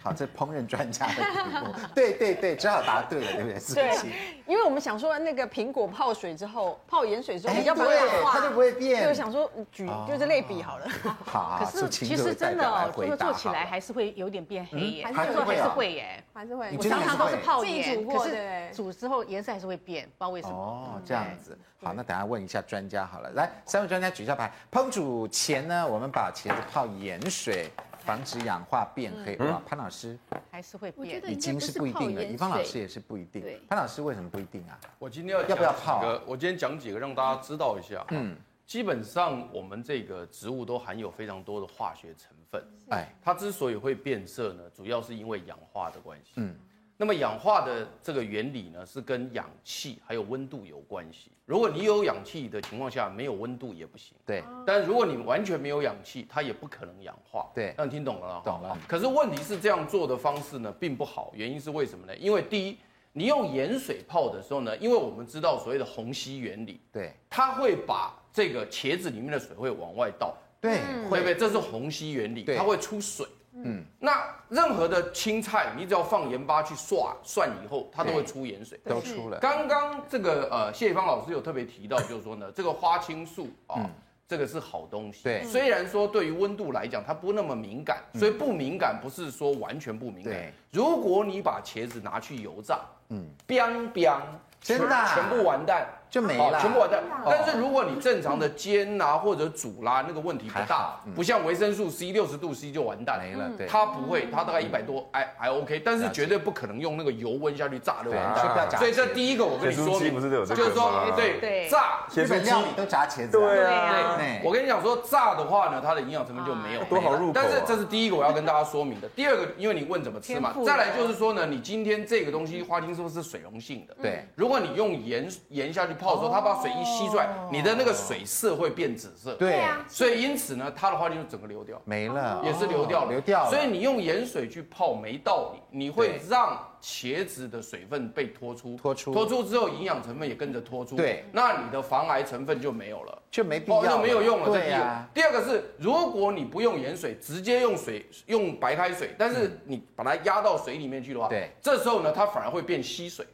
S2: 好，这烹饪专家的题目，对对对，只好答对了，对不对？四
S6: 对
S2: 不七。
S6: 因为我们想说那个苹果泡水之后，泡盐水之后
S2: 哎
S6: 比较不会
S2: 对
S6: 氧化，
S2: 它就不会变哦啊
S6: 就想说举就是类比好了，
S2: 好，
S7: 可
S2: 苏
S7: 是
S2: 秦
S7: 其
S2: 作为
S7: 实
S2: 代
S7: 真的
S2: 表来
S7: 哦，这
S2: 回
S7: 个
S2: 答
S7: 做起
S2: 好
S7: 来
S2: 了
S7: 还是会有点变黑耶，
S1: 嗯
S2: 还
S7: 还
S2: 是
S7: 是还
S2: 会
S7: 是
S2: 啊
S7: 会耶。
S1: 还是会
S2: 你
S7: 我
S2: 真的
S7: 常常都是泡
S1: 自己
S7: 盐，
S1: 煮过
S7: 可
S1: 的
S7: 是煮之后颜色还是会嗯变，不知道为什么。
S2: 哦，这样子。好，那等下问一下专家好了。来，三位专家举一下牌。烹煮前呢，我们把茄子泡盐水，防止氧化变黑。哇，潘老师
S7: 还是会
S9: 我觉
S7: 变
S9: 得。
S2: 已经是不一定了，
S9: 应该不是泡盐水
S2: 怡芳老师也是不一定
S9: 对。
S2: 潘老师为什么不一定啊？
S8: 我今天要
S2: 要不要
S8: 讲几
S2: 泡啊
S8: 个我今天讲几个让大家知道一下。嗯，基本上我们这个植物都含有非常多的化学成分。
S2: 哎，
S8: 它之所以会变色呢，主要是因为氧化的关系。嗯，那么氧化的这个原理呢，是跟氧气还有温度有关系。如果你有氧气的情况下，没有温度也不行。
S2: 对，
S8: 但如果你完全没有氧气，它也不可能氧化。
S2: 对
S8: 那你听懂了哈
S2: 懂了
S8: 可是问题是这样做的方式呢，并不好，原因是为什么呢？因为第一，你用盐水泡的时候呢，因为我们知道所谓的虹吸原理，
S2: 对，
S8: 它会把这个茄子里面的水会往外倒，
S2: 对，
S8: 对不对？这是虹吸原理，
S2: 嗯对
S8: 它会出水。嗯，那任何的青菜，你只要放盐巴去涮涮以后，它都会出盐水。
S2: 都出了。
S8: 刚刚这个呃，谢芳老师有特别提到，就是 说呢，这个花青素啊、这个是好东西。
S2: 嗯对嗯
S8: 虽然说对于温度来讲，它不那么敏感，所以不敏感不是说完全不敏感
S2: 对。
S8: 如果你把茄子拿去油炸，嗯，biang biang，
S2: 真的啊
S8: 全部完蛋。
S2: 就没
S8: 哦
S2: 了，
S8: 全部完蛋
S1: 真的啊。
S8: 但是如果你正常的煎啊或者煮啦，那个问题不
S2: 还
S8: 大
S2: 好嗯，
S8: 不像维生素 C 六十度 C 就完蛋
S2: 没了对
S8: 它不会，它大概一百多，还还 OK，但是
S2: 了解
S8: 绝对不可能用那个油温下去炸就
S2: 对
S8: 完
S2: 所以不要
S8: 蛋。
S2: 炸
S8: 所以这第一个我跟你
S3: 咸
S8: 说
S3: 酥鸡
S8: 明
S3: 不，是都有这个
S8: 就是说哎
S3: 吗
S8: 对
S7: 对
S8: 炸。
S2: 日
S3: 咸酥
S2: 本料理
S3: 鸡，
S2: 都炸茄子、
S3: 对
S2: 啊，
S3: 啊，
S2: 对
S8: 我跟你讲说炸的话呢，它的营养成分就没有，
S3: 啊多好入口啊
S8: 但是这是第一个我要跟大家说明的。第二个，因为你问怎么吃嘛
S7: 天赋，啊
S8: 再来就是说呢，你今天这个东西花青素是水溶性的，
S2: 对
S8: 如果你用盐盐下去泡的时候，它把水一吸出来，你的那个水色会变紫色，，
S2: 对，
S1: 啊
S8: 所以因此呢，它的花青素整个流掉，
S2: 没了，
S8: 也是流掉了，
S2: 流掉了，
S8: 所以你用盐水去泡没道理，你会
S2: 对
S8: 让茄子的水分被脱出，
S2: 脱出
S8: 脱出之后营养成分也跟着脱出，
S2: 对，
S8: 那你的防癌成分就没有了。
S2: 就没必要
S8: 哦，
S2: 了，
S8: 那没有用了。这
S2: 对啊
S8: 第一个
S2: 呀，，
S8: 第二个是，如果你不用盐水，直接用水用白开水，但是你把它压到水里面去的
S2: 嗯
S8: 话，
S2: 对，
S8: 这时候呢，它反而会变吸水，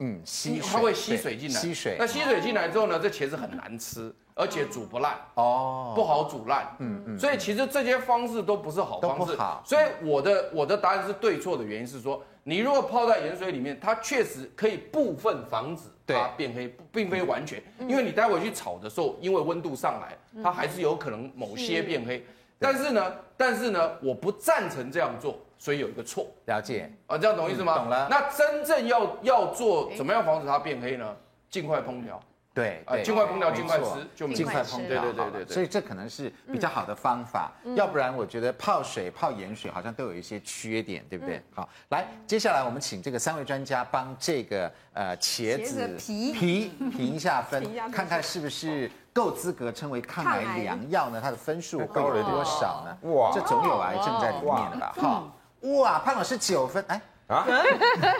S2: 嗯，吸水
S8: 它会吸
S2: 对
S8: 水进来。
S2: 吸水
S8: 那，吸水进来之后呢，这茄子很难吃，而且煮不烂，
S2: 哦，
S8: 不好煮烂。嗯嗯。所以其实这些方式都不是好方
S2: 都
S8: 式。
S2: 不好嗯
S8: 所以我的我的答案是对错的原因是说，你如果泡在盐水里面，它确实可以部分防止
S2: 对嗯
S8: 它变黑，不并非完全，因为你待会去炒的时候，因为温度上来，它还是有可能某些变黑。但是呢，但是呢，我不赞成这样做，所以有一个错。
S2: 了解，
S8: 啊，这样懂意思吗？
S2: 嗯懂了
S8: 那真正要要做怎么样防止它变黑呢？尽快烹调，
S2: 对，
S8: 啊，
S2: 对
S8: 尽快烹调，
S2: 没
S8: 尽快
S2: 错
S8: 吃，就没
S2: 尽快
S8: 事
S2: 烹
S8: 对
S2: 调，
S8: 对
S2: 好
S8: 对
S2: 了
S8: 对对。
S2: 所以这可能是比较好的方法，要不然我觉得泡水、泡盐水好像都有一些缺点，对不对？好，来，接下来我们请这个三位专家帮这个呃茄
S4: 茄
S2: 子
S4: 子皮
S2: 皮评一下分
S4: 评一下，分数
S2: 看看是不是够资格称为抗
S1: 抗
S2: 癌
S1: 癌
S2: 良药呢？它的分数高了多少呢？哇
S3: 哇，
S2: 这总有癌症在里面吧？哈，哇，潘老师九分，哎。
S3: 啊，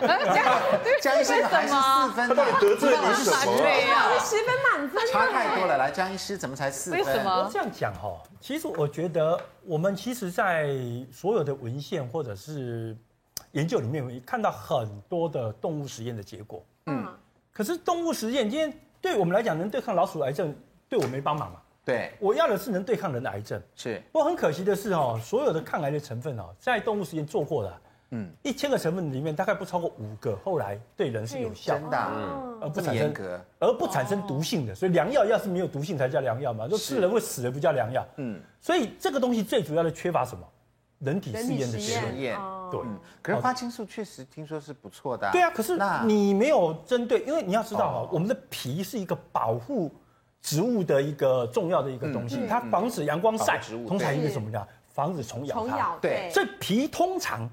S2: 江医生还是四分呢，
S3: 到底得罪你什么啊
S7: 对呀、
S1: 十分满分
S2: 差太多了。来，江医师怎么才四分？
S7: 为什么
S5: 这样讲哈，其实我觉得我们其实，在所有的文献或者是研究里面，我们看到很多的动物实验的结果。
S1: 嗯，
S5: 可是动物实验今天对我们来讲，能对抗老鼠癌症，对我没帮忙嘛？
S2: 对，
S5: 我要的是能对抗人的癌症。
S2: 是
S5: 不过很可惜的是哦，所有的抗癌的成分哦，在动物实验做过的，
S2: 嗯
S5: 嗯，一千个成分里面大概不超过五个，后来对人是有效的
S2: 真的啊、
S5: 而不
S2: 这么
S5: 产
S2: 严
S5: 生
S2: 格，哦
S5: 而不产生毒性的，所以良药要是没有毒性才叫良药嘛，就吃人会死的不叫良药。
S2: 嗯，
S5: 所以这个东西最主要的缺乏什么？人体试验的
S2: 实
S5: 结论。
S2: 验。嗯
S5: 对，
S2: 可是花青素确实听说是不错的、
S5: 嗯哦对啊，可是
S2: 那
S5: 你没有针对，因为你要知道哈、
S2: 哦
S5: 我们的皮是一个保护植物的一个重要的一个东西，它防止阳光
S2: 嗯
S5: 晒
S2: 保护植物，
S5: 同时还有一个
S1: 对
S5: 什么呢？防止虫咬它。
S1: 虫咬
S2: 对
S5: 所以皮通
S1: 哦
S5: 常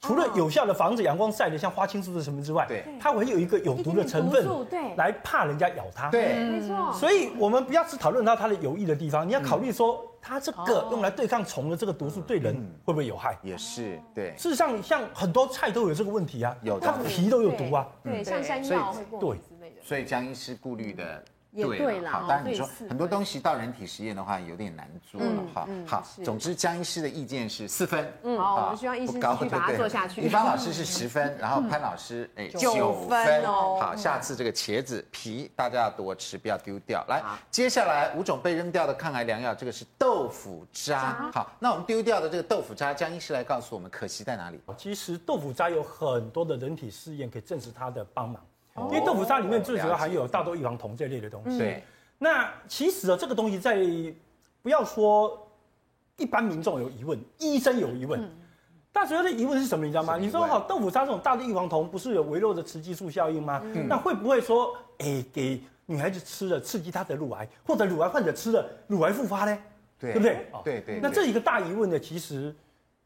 S5: 除了有效的防止阳光晒的，像花青素是什么之外，
S2: 对
S5: 它会有一个有毒的成分
S1: 一定有毒素对
S5: 来怕人家咬它。，
S7: 嗯
S2: 对、
S1: 没错，
S5: 所以我们不要只讨论到它的有益的地方，你要考虑说它这
S1: 哦
S5: 个用来对抗虫的这个毒素对人
S2: 嗯
S5: 会不会有害。
S2: 也是对，
S5: 事实上，像很多菜都有这个问题啊，
S2: 有的嗯
S5: 它皮都有毒啊。
S1: 嗯对，像山
S2: 所以
S1: 药会过敏之类的。
S2: 所以江医师顾虑的。
S1: 也对啦
S2: 好，
S1: 哦
S2: 当然你说
S1: 对嗯是
S2: 很多东西到人体实验的话有点难做了哈。好，总之江医师的意见是四分，嗯
S1: 好我们希望医师继续把它做下去嗯
S2: 一方老师是十分，然后潘老师哎
S1: 九分哦
S2: 好，下次这个茄子皮大家要多吃，不要丢掉。来，接下来五种被扔掉的抗癌良药，这个是豆腐渣。好，那我们丢掉的这个豆腐渣，江医师来告诉我们可惜在哪里。
S5: 其实豆腐渣有很多的人体试验可以证实它的帮忙，
S1: 哦
S5: 因为豆腐渣里面最主要含有大豆异黄酮这类的
S1: 嗯
S5: 东西。
S2: 对，
S5: 那其实啊，这个东西在不要说一般民众有疑问，医生有疑问。大学的疑问是什么？你知道吗？
S2: 嗯什么疑
S5: 你
S2: 问
S5: 说好豆腐渣这种大的异黄酮，不是有微弱的雌激素效应吗？
S2: 嗯
S5: 那会不会说，哎、给女孩子吃了刺激她的乳癌，或者乳癌患者吃了乳癌复发呢？
S2: 对
S5: 对不对？哦
S2: 对对
S5: 那
S2: 对
S5: 这一个大疑问呢，其实，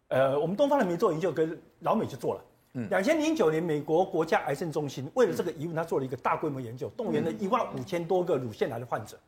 S5: 呃，我们东方人没做研究，跟老美就做了。
S2: 嗯
S5: 两千零九年，美国国家癌症中心为了这个疑问，他做了一个大规模研
S2: 嗯
S5: 究，动员了一万五千多个乳腺癌的患者。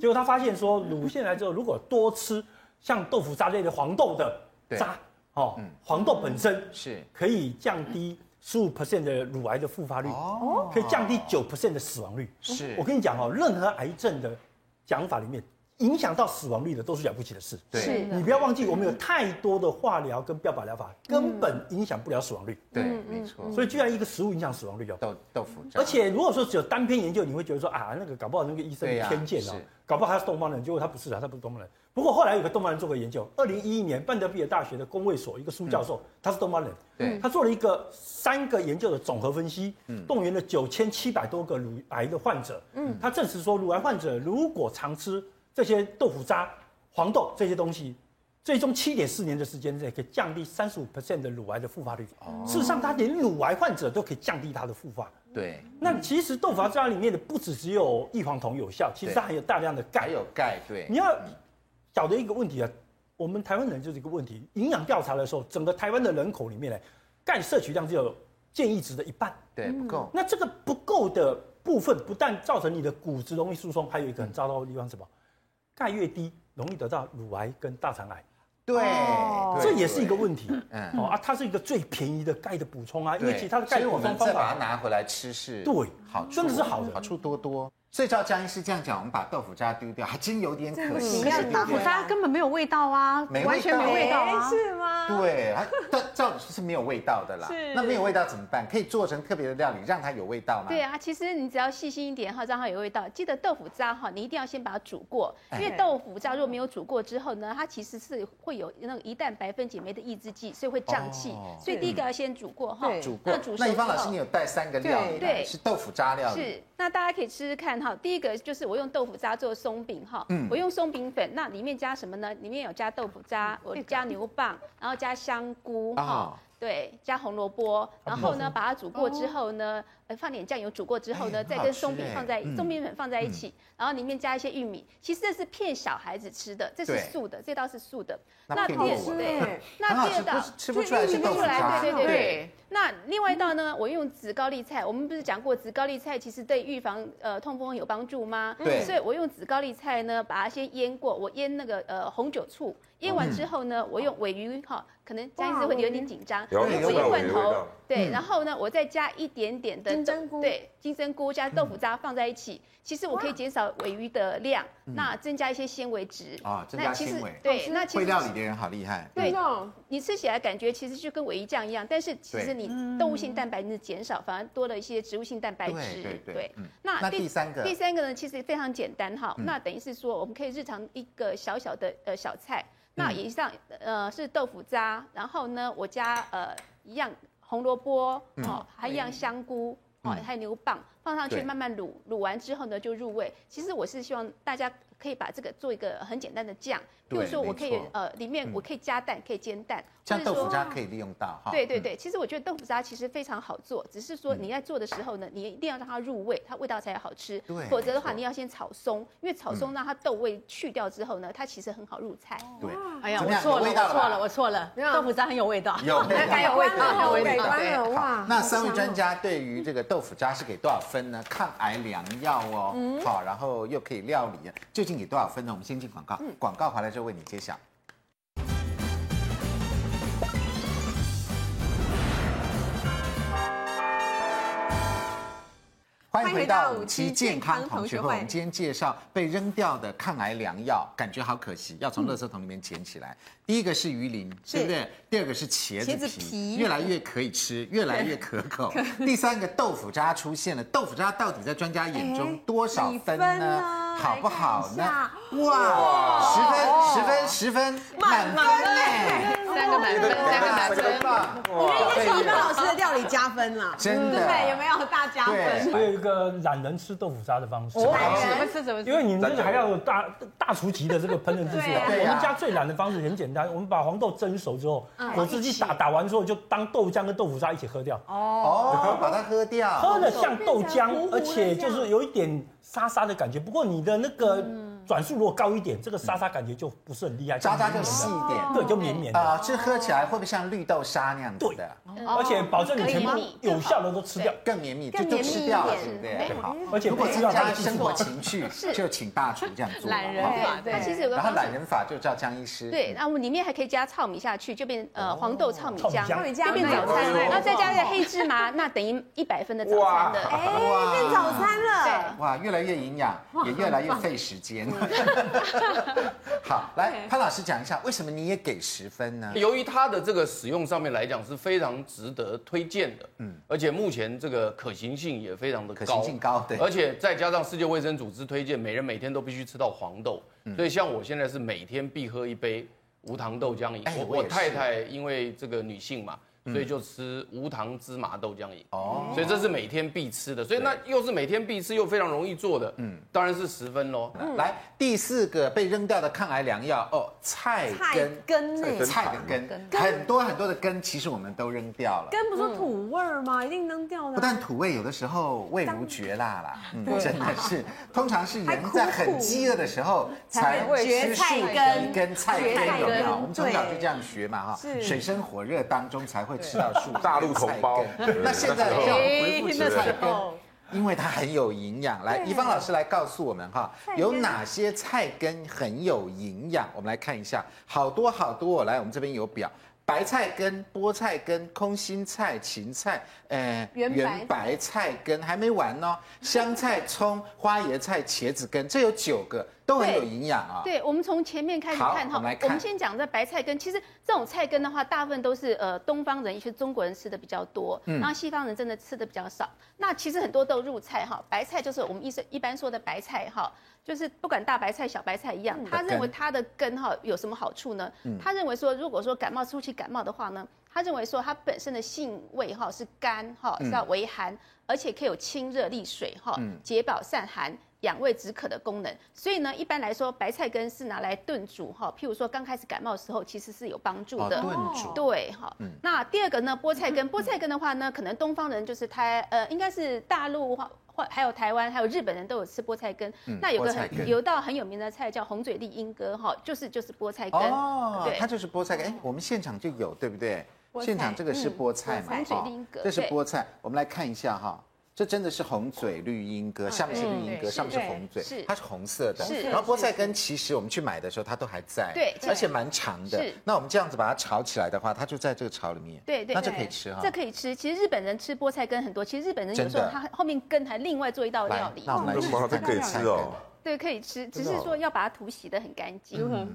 S5: 结果他发现说，乳腺癌之后如果多吃像豆腐渣类的黄豆的
S2: 对
S5: 渣，哦，黄豆本身
S2: 是
S5: 可以降低十五 percent 的乳癌的复发率，
S2: 哦
S5: 可以降低九 percent 的死亡率。
S2: 是
S5: 我跟你讲哦，任何癌症的讲法里面，影响到死亡率的都是了不起的事。
S2: 对
S9: 是的
S5: 你不要忘记，我们有太多的化疗跟标靶疗法根本影响不了死亡率，
S2: 对，
S1: 嗯
S2: 没错，
S5: 所以居然一个食物影响死亡率哦。
S2: 豆豆腐渣，
S5: 而且如果说只有单篇研究，你会觉得说啊，那个搞不好那个医生
S2: 对
S5: 有
S2: 呀
S5: 偏见啊
S2: 是，
S5: 搞不好他是东方人，结果他不是啊，他不是东方人。不过后来有个东方人做过研究，二零一一年半德比尔大学的工卫所一个苏教授，他是东方人，
S2: 嗯对嗯
S5: 他做了一个三个研究的总合分析，动员了九千七百多个乳癌的患者，嗯，他证实说乳癌患者如果常吃这些豆腐渣、黄豆这些东西。最终七点四年的时间内，可以降低三十五 percent 的乳癌的复发率。
S2: 哦
S5: 事实上，他连乳癌患者都可以降低他的复发。
S2: 对，
S5: 那其实豆腐渣里面的不只只有异黄酮有效，其实它含有大量的
S2: 还
S5: 钙。
S2: 有嗯钙，对
S5: 你，要晓得一个问题啊，我们台湾人就是一个问题。营养调查的时候，整个台湾的人口里面呢，钙摄取量只有建议值的一半。
S2: 对不够，
S5: 那这个不够的部分，不但造成你的骨质容易疏松，还有一
S2: 嗯
S5: 个很糟糕的地方是什么？钙越低，容易得到乳癌跟大肠癌，
S2: 对，哦
S5: 哦这也是一个问题。
S2: 嗯
S5: 哦啊，它是一个最便宜的钙的补充啊，因为其他的
S2: 所
S5: 钙
S2: 以我
S5: 补充
S2: 们
S5: 方
S2: 再把它
S5: 法，
S2: 拿回来吃是
S5: 对
S2: 好处
S5: 真的是好的
S2: 好处多多。所以照江医师这样讲，我们把豆腐渣丢掉，还真有点可惜。
S1: 真的是
S7: 可是
S2: 对
S7: 豆腐渣根本没有味道啊，
S2: 没味道
S7: 完全没味道
S1: 哎
S7: 啊。
S1: 是吗？
S2: 对，它照照理说是没有味道的啦
S1: 是。
S2: 那没有味道怎么办？可以做成特别的料理，让它有味道吗？
S9: 对啊，其实你只要细心一点哈，让它有味道。记得豆腐渣哈，你一定要先把它煮过，因为
S1: 哎
S9: 豆腐渣如果没有煮过之后呢，它其实是会有那个一旦白分解酶的抑制剂，所以会胀气。
S2: 哦
S9: 所以第一个要先煮过哈
S6: 对，
S2: 煮过
S9: 那煮。熟
S2: 那
S9: 之
S2: 一方老师，
S9: 后
S2: 你。有带三个料理来，
S9: 对
S2: 是豆腐渣料理，
S9: 是，那大家可以吃吃看哈。第一个就是我用豆腐渣做松饼哈，
S2: 嗯
S9: 我用松饼粉，那里面加什么呢？里面有加豆腐渣，我加牛蒡，然后加香菇哈
S2: 嗯啊，
S9: 对，加红萝卜，然后呢把它煮过之后呢，呃放点酱油煮过之后
S2: 哎
S9: 呢，再
S2: 很好
S9: 跟
S2: 吃
S9: 松饼
S2: 哎
S9: 放在
S2: 嗯
S9: 松饼粉放在一起，然后里面加一些玉米。其实这是骗小孩子吃的，这是
S2: 对
S9: 素的，这道是素的。
S2: 那
S9: 第
S2: 骗
S9: 二
S2: 过我嗯
S9: 对
S1: 哎
S2: 了。很
S9: 那
S2: 好
S9: 第
S2: 吃
S9: 二道
S2: 不是吃不出来是豆腐渣，
S9: 对对对
S2: 对
S9: 那另外一道
S2: 嗯
S9: 呢，我用紫高丽菜，我们不是讲过紫高丽菜其实对预防呃痛风有帮助吗？
S2: 对
S9: 所以我用紫高丽菜呢，把它先腌过，我腌那个呃红酒醋，腌完之后
S2: 嗯
S9: 呢，我用尾鱼哈，可能江医师会有点紧张，
S3: 有
S9: 我
S2: 有
S9: 用
S2: 有
S9: 鱼罐
S3: 有味道
S9: 头，对，
S2: 嗯
S9: 然后呢，我再加一点点的
S1: 金
S9: 豆
S1: 针菇
S9: 对，金针菇加豆腐渣放在一起，其实我可以减少尾鱼的量，那增加一些纤维质
S2: 嗯啊增
S9: 那
S2: 加
S9: 其实
S2: 纤维
S9: 对，那其
S2: 会
S9: 实
S2: 料理的人好厉害。嗯
S9: 对
S1: 那种
S9: 你吃起来感觉其实就跟尾鱼酱一样，但是其
S2: 对
S9: 实你动物性蛋白质减少，反而多了一些植物性蛋白质。
S2: 对对对嗯
S9: 那
S2: 那第三个嗯
S9: 第三个呢，其实非常简单哈。那等于是说，我们可以日常一个小小的呃小菜，
S2: 嗯
S9: 那以上呃是豆腐渣，然后呢我加呃一样红萝卜哦，还一样香菇。哦，还有牛蒡放上
S2: 嗯
S9: 去
S2: 对
S9: 慢慢卤，卤完之后呢就入味。其实我是希望大家可以把这个做一个很简单的酱，比如
S2: 对
S9: 说我
S2: 没
S9: 可以
S2: 错
S9: 呃里面我可以加蛋，可以煎蛋，
S2: 这样
S9: 或者
S2: 豆
S9: 说
S2: 腐渣可以利用到哈。嗯
S9: 对对对，其实我觉得豆腐渣其实非常好做，只是说你在做的时候呢，你一定要让它入味，它味道才好吃。
S2: 对
S9: 否则的话
S2: 没错嗯
S9: 你要先炒松，因为炒松让它豆味去掉之后呢，它其实很好入菜。
S2: 对，
S7: 哎呀，
S2: 怎
S7: 我
S2: 么样
S7: 错
S2: 有
S7: 了，
S2: 味
S7: 我
S2: 道了吧
S7: 错了，我错了。豆腐渣很有味道，
S2: 有味道
S7: 它有味道，它有
S1: 我
S7: 味
S1: 改
S7: 道。
S1: 观
S7: 对
S1: 了哇！
S2: 那
S1: 好
S2: 三位
S1: 香哦
S2: 专家对于这个豆腐渣是给多少分呢？抗癌良药哦，
S9: 嗯
S2: 好，然后又可以料理，究竟给多少分呢？我们先进广告，
S9: 嗯
S2: 广告回来之后为你揭晓。欢迎回到五期健康同学会。我们今天介绍被扔掉的抗癌良药，感觉好可惜，要从垃圾桶里面捡起来。第一个是鱼鳞，对不对？第二个是茄子皮，
S6: 茄子皮
S2: 越来越可以吃，越来越可口。第三个豆腐渣出现了，豆腐渣到底在专家眼中多少
S1: 哎几
S2: 分
S1: 分
S2: 呢
S1: 呢？
S2: 好不好呢
S1: 来看？
S2: 哇，十分，十分，十分，满分呢！
S7: 三个满分，三个满分。
S2: 棒，
S3: 哇，
S2: 对
S6: 帮老师的料理加分啦，
S2: 真的，
S1: 对，有没有大加分？
S2: 对
S5: 还有一个懒人吃豆腐渣的方式。
S2: 哦
S7: 怎么吃怎么吃
S5: 因？为你们这个还要有大大厨级的这个烹饪技术、啊。
S2: 对啊
S5: 我们家最懒的方式很简单，我们把黄豆蒸熟之后，果汁机打打完之后就当豆浆跟豆腐渣一起喝掉，
S2: 哦，把它喝掉，
S5: 喝了像豆
S1: 变
S5: 浆
S1: 成糊糊，的
S5: 而且就是有一点沙沙的感觉。不过你的那个转速如果高一点，这个沙沙感觉就不是很厉害，
S2: 渣渣就
S5: 绵绵的
S2: 细一点。
S5: 对，就绵绵的。
S2: 啊，这喝起来会不会像绿豆沙那样子的？
S5: 而且保证你全部
S9: 可以
S5: 有效的都吃掉，
S2: 更绵密，就
S1: 更
S2: 就
S1: 绵密
S2: 吃
S1: 一
S2: 掉了，
S1: 点嗯
S2: 对不对？好。
S5: 而且
S2: 如果
S5: 知
S2: 增
S5: 道这
S2: 加
S5: 个技
S2: 生
S5: 术
S2: 活。情趣，就请大厨这样做。
S7: 懒人
S2: 好哎
S7: 对
S9: 对，它其实有个
S2: 然后
S9: 方
S2: 懒
S9: 式。
S2: 人法就照江医师。
S9: 对，，那我们里面还可以加糙米下去，就变
S2: 哦
S9: 呃黄豆糙米
S5: 糙米
S9: 浆，
S5: 浆
S9: 就变早餐。
S2: 哎
S9: 然后再加一个黑芝麻，那等于一百分的早餐的。
S1: 哎，变早餐了。
S9: 对。
S2: 哇，越来越营养，也越来越费时间。 好，来潘老师讲一下，为什么你也给十分呢？
S8: 由于它的这个使用上面来讲是非常值得推荐的，嗯，而且目前这个可行性也非常的高，
S2: 可行性高对
S8: 而且再加上世界卫生组织推荐，每人每天都必须吃到黄豆，
S2: 嗯
S8: 所以像我现在是每天必喝一杯无糖豆浆饮
S2: 哎，
S8: 我
S2: 我也
S8: 我
S2: 是嗯
S8: 太太因为这个女性嘛。所以就吃无糖芝麻豆浆饮
S2: 哦
S8: 哦，所以这是每天必吃的，所以那又是每天必吃又非常容易做的，嗯，当然是十分喽。
S2: 来，第四个被扔掉的抗癌良药哦，菜根。
S7: 根呢？
S2: 菜的根，很多很多的根，其实我们都扔掉了。
S1: 根不是土味儿吗？一定扔掉的啊。
S2: 不但土味，有的时候味如绝辣啦，嗯，真的是，通常是人在很饥饿的时候才
S1: 才会
S2: 吃
S1: 蕨
S2: 树
S1: 菜根
S2: 皮跟菜根，有
S1: 蕨
S2: 没
S1: 菜
S2: 有？
S1: 根
S2: 我们从小就这样学嘛，哈，水深火热当中才会吃到树皮
S3: 大陆同胞
S2: 跟
S3: 哎
S2: 菜根那现在让我们恢复吃
S7: 那
S2: 菜
S7: 时
S2: 根。
S7: 候
S2: 因为它很有营养，来，怡芳老师来告诉我们哈，有哪些菜根很有营养？我们来看一下，好多好多哦。来，我们这边有表，白菜根、菠菜根、空心菜、芹菜，呃，
S7: 圆白
S2: 圆白菜根还没完呢，香菜、葱、花椰菜、茄子根，这有九个，都很有营养啊。
S9: 对，我们从前面开始
S2: 好
S9: 看
S2: 我们来看
S9: 我们先讲这白菜根。其实这种菜根的话，大部分都是呃东方人，也就是中国人吃的比较多，
S2: 嗯
S9: 然后西方人真的吃的比较少。那其实很多都入菜哈，白菜就是我们一一般说的白菜哈，就是不管大白菜、小白菜一
S2: 嗯
S9: 样。他认为它的根哈有什么好处呢？他认为说，如果说感冒初期感冒的话呢，他认为说它本身的性味哈是甘哈
S2: 嗯
S9: 是要微寒，而且可以有清热利水哈、解饱散寒。养胃止渴的功能，所以呢，一般来说，白菜根是拿来炖煮哈，譬如说刚开始感冒的时候，其实是有帮助的。
S2: 哦炖煮
S9: 对哈，
S2: 嗯
S9: 那第二个呢，菠菜根，菠菜根的话呢，可能东方人就是他呃，应该是大陆或或还有台湾还有日本人都有吃菠菜根。那有个
S2: 嗯菠菜根
S9: 很有道很有名的菜叫红嘴丽莺哥哈，就是就是菠菜根。
S2: 哦，
S9: 对
S2: 它就是菠菜根，哎，我们现场就有，对不对？现场这个是菠菜嘛
S9: 嗯，
S2: 哈
S9: 红嘴绿莺格
S2: 这是
S9: 对
S2: 菠菜，我们来看一下哈。这真的是红嘴绿莺
S9: 嗯
S2: 歌，下面是绿莺歌，
S7: 对
S2: 上面是红嘴
S9: 是，
S2: 它是红色的
S9: 是。
S2: 然后菠菜根其实我们去买的时候它都还在，
S9: 对
S2: 而且蛮长的
S9: 是。
S2: 那我们这样子把它炒起来的话，它就在这个炒里面，
S9: 对对
S2: 那这
S9: 对
S2: 可以吃哈。
S9: 这可以吃。其实日本人吃菠菜根很多，其实日本人有时
S2: 真
S9: 候
S2: 的
S9: 他后面根还另外做一道料
S2: 来，
S9: 理
S2: 那，我们来试试
S3: 哇，这
S2: 看
S3: 可以吃哦。
S9: 对，可以吃，只
S2: 真的
S9: 是
S2: 哦嗯
S9: 说要把它涂洗的很干净。如何？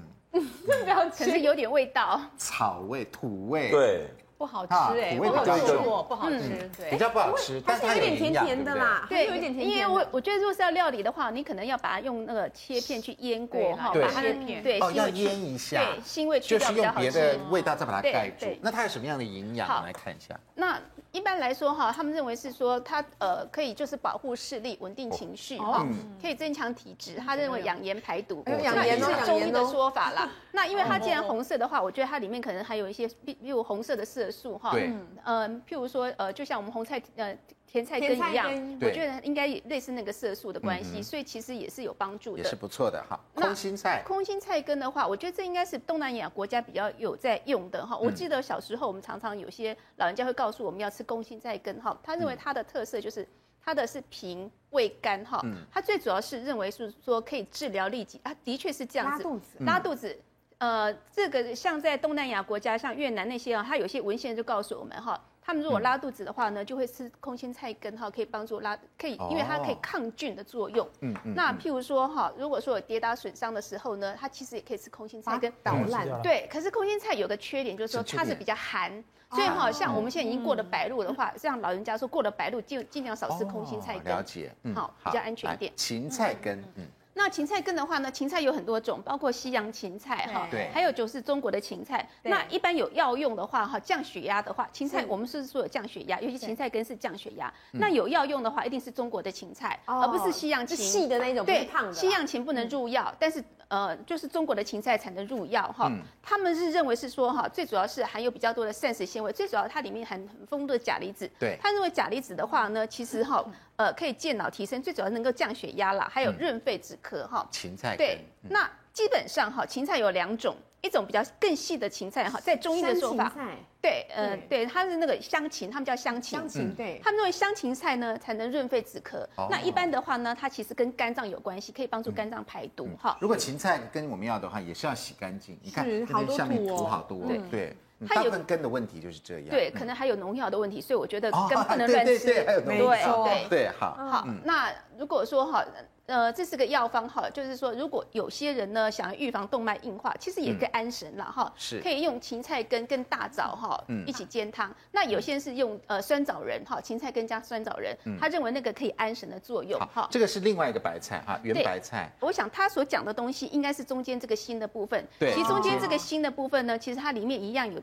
S9: 不要吃，可是有点味道。
S2: 草味、土味，，
S3: 对，
S7: 不好吃
S2: 啊
S7: 哎，
S2: 土
S7: 我
S2: 味比较
S7: 有
S2: 重嗯
S7: 吃过，不好吃，
S2: 比
S7: 对。
S2: 较不好吃，但
S1: 它是有点
S2: 营
S1: 甜
S2: 养
S1: 甜的。
S2: 对不对
S1: 啦，它是有一点甜
S9: 因
S1: 甜
S9: 为
S1: 的。
S9: 我我觉得如果是要料理的话，你可能要把它用那个切片去腌过哈，
S2: 对
S9: 把它的
S7: 切片
S9: 对
S2: 哦，
S9: 腥
S2: 要
S9: 味去
S2: 腌一下，
S9: 对腥味去
S2: 就
S9: 掉
S2: 是
S9: 比较
S2: 用
S9: 好
S2: 别
S9: 吃
S2: 的。味道再把它
S9: 对
S2: 盖住
S9: 对。
S2: 那它有什么样的营养？我
S9: 好
S2: 们来看一下。
S9: 那一般来说哈，他们认为是说它呃可以就是保护视力、稳定情
S1: 哦
S9: 绪哈，可以增强体质。他认为养颜排毒，
S1: 嗯呦养
S9: 那也
S1: 颜哦
S9: 是
S1: 养
S9: 中医
S1: 颜
S9: 的
S1: 哦
S9: 说法 啦。那因为它既然红色的话，我觉得它里面可能还有一些，比比如红色的色素哈，
S2: 对
S9: 嗯呃，譬如说呃，就像我们红菜呃甜菜根
S1: 甜菜
S9: 一样
S1: 根，嗯
S9: 我
S2: 对
S9: 觉得应该也类似那个色素的关系，所以其实也是有帮助的。
S2: 也是不错的哈。
S9: 那
S2: 空心菜
S9: 空心菜根的话，我觉得这应该是东南亚国家比较有在用的
S2: 嗯
S9: 哈。我记得小时候我们常常有些老人家会告诉我们要吃空心菜根哈，他认为它的特色就是。它的是平胃甘哈，
S2: 嗯
S9: 它最主要是认为是说可以治疗痢疾，啊，的确是这样
S1: 拉
S9: 子，
S1: 肚子，
S9: 拉肚子。呃，这个像在东南亚国家，像越南那些啊，它有些文献就告诉我们哈，他们如果
S2: 嗯
S9: 拉肚子的话呢，就会吃空心菜根哈，可以帮助拉，可以
S2: 哦
S9: 因为它可以抗菌的作用。嗯嗯。那譬如说哈，如果说有跌打损伤的时候呢，它其实也可以吃空心
S2: 啊
S9: 菜根。
S1: 捣
S2: 哦
S5: 吃
S1: 烂
S5: 掉了
S9: 对，可是空心菜有个缺点，就是说
S2: 是缺
S9: 它是
S2: 点哦
S9: 比较寒，所以哈，像我们现在已经过了白露的话，像老人家说过了白露，就尽量少吃空心菜
S2: 嗯哦
S9: 根。
S2: 了解，
S9: 好比较安全一点
S2: 来芹菜根，嗯，
S9: 那芹菜根的话呢，芹菜有很多种，包括西洋芹菜哈，
S2: 对
S9: 还有就是中国的芹菜。
S7: 对
S9: 那一般有药用的话哈，降血压的话，芹菜我们是说有降血压，尤其芹菜根是降血压。
S2: 嗯
S9: 那有药用的话，一定是中国的芹菜，
S1: 哦
S9: 而不是西洋
S1: 是
S9: 芹。
S1: 细的那种，不是
S9: 对
S1: 胖的，啦。
S9: 西洋芹不能入药，但是呃，就是中国的芹菜才能入药哈。他们是认为是说哈，最主要是含有比较多的膳食纤维，最主要它里面含很丰富的钾离子。
S2: 对
S9: 他认为钾离子的话呢，其实哈呃可以健脑提升，最主要能够降血压啦，还有润肺止咳哈。
S2: 芹菜嗯根
S9: 对，，嗯那基本上哈，芹菜有两种，一种比较更细的芹菜哈，在中医的说
S1: 山
S9: 法
S1: 芹，菜，
S9: 对，呃，对，它是那个香芹，他们叫香芹
S1: 香。芹对，
S9: 他们认为香芹菜呢才能润肺止咳。
S2: 哦
S9: 那一般的话呢，它其实跟肝脏有关系，可以帮助肝脏排
S2: 嗯
S9: 毒哈。
S2: 如果芹菜根我们要的话，也是要洗干净。你看
S1: 是
S2: 这
S1: 好
S2: 边
S1: 多
S2: 下面
S1: 土哦
S2: 土好多，对，嗯
S9: 它
S2: 大
S9: 有
S2: 部分根的问题就是这样。
S9: 对，
S2: 嗯
S9: 可能还有农药的问题，所以我觉得
S2: 哦
S9: 根不能乱
S2: 对嗯
S9: 吃。
S2: 对对，还有农
S9: 对
S2: 药
S9: 对
S2: 对，好，
S9: 好，那如果说哈，呃，这是个药方哈，就是说，如果有些人呢想要预防动脉硬化，其实也可以安神了
S2: 嗯
S9: 哈，
S2: 是嗯
S9: 可以用芹菜根跟大枣哈、一起煎汤。那有些人是用呃酸枣仁哈，芹菜根加酸枣仁，他认为那个可以安神的作用哈
S2: 嗯好，。这个是另外一个白菜哈，圆
S9: 对
S2: 白菜。
S9: 我想他所讲的东西应该是中间这个锌的部分。
S2: 对
S9: 其实中间这个锌的部分呢，其实它里面一样有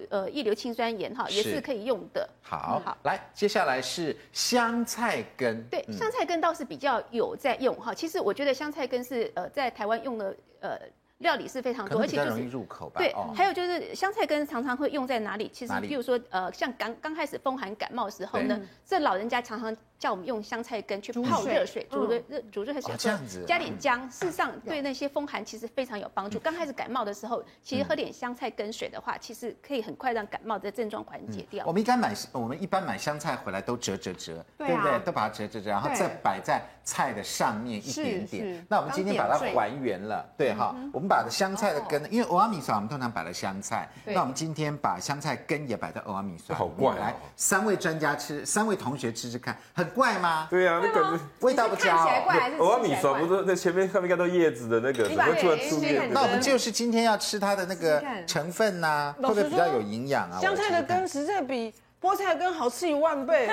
S9: 有呃一硫氰酸盐哈，也
S2: 是
S9: 是可以用的。
S2: 好，
S9: 嗯好
S2: 来，接下来是香菜根。嗯
S9: 对，香菜根倒是比较有在用哈。其实我觉得香菜根是呃在台湾用的呃料理是非常
S2: 可
S9: 啊多，
S2: 能
S9: 而
S2: 比
S9: 且
S2: 较
S9: 就
S2: 容易
S9: 是。
S2: 入口吧。
S9: 对
S2: 哦，
S9: 还有就是香菜根常常会用在哪里？其实
S2: 哪里，
S9: 比如说，呃，像刚刚开始风寒感冒的时候呢，这老人家常常叫我们用香菜根去泡热水，嗯煮热热煮热水
S2: 哦
S9: 喝，
S2: 这样子
S9: 加点姜。事实上，对那些风寒其实非常有 帮助。刚开始感冒的时候，其
S2: 嗯
S9: 实喝点香菜根水的话，其实可以很快让感冒的症状缓解掉
S2: 嗯我。们一般买，我们一般买香菜回来都折折折，
S1: 对啊
S2: 不对？都把它折折折，然后
S1: 对
S2: 再摆在菜的上面一点
S1: 是
S2: 点
S1: 是。
S2: 那我们今天把它
S1: 当点缀
S2: 还原了，对哈。我们把香菜的根，因为欧阿米索我们通常摆了香菜，
S7: 对
S2: 那我们今天把香菜根也摆在欧阿米索。
S3: 好怪哦
S2: 来，三位专家吃，三位同学吃吃看，很怪吗？
S3: 对啊，那个
S2: 味道不
S1: 看
S2: 佳
S1: 起来怪
S2: 哦。
S1: 还是吃
S3: 我要
S1: 起
S3: 米
S1: 来
S3: 刷
S1: 怪
S3: 不是那前面上面应该都叶子的那个，
S1: 你
S3: 怎
S1: 把
S3: 么突然
S1: 对
S3: 出
S1: 试试看
S3: 叶
S1: 你
S3: 子？
S2: 那我们就是今天要吃它的那个
S1: 试试看
S2: 成分呐，会
S6: 老
S2: 不
S6: 实说
S2: 会比较有营养啊？
S6: 香菜的根实在比菠菜根好吃一万 倍。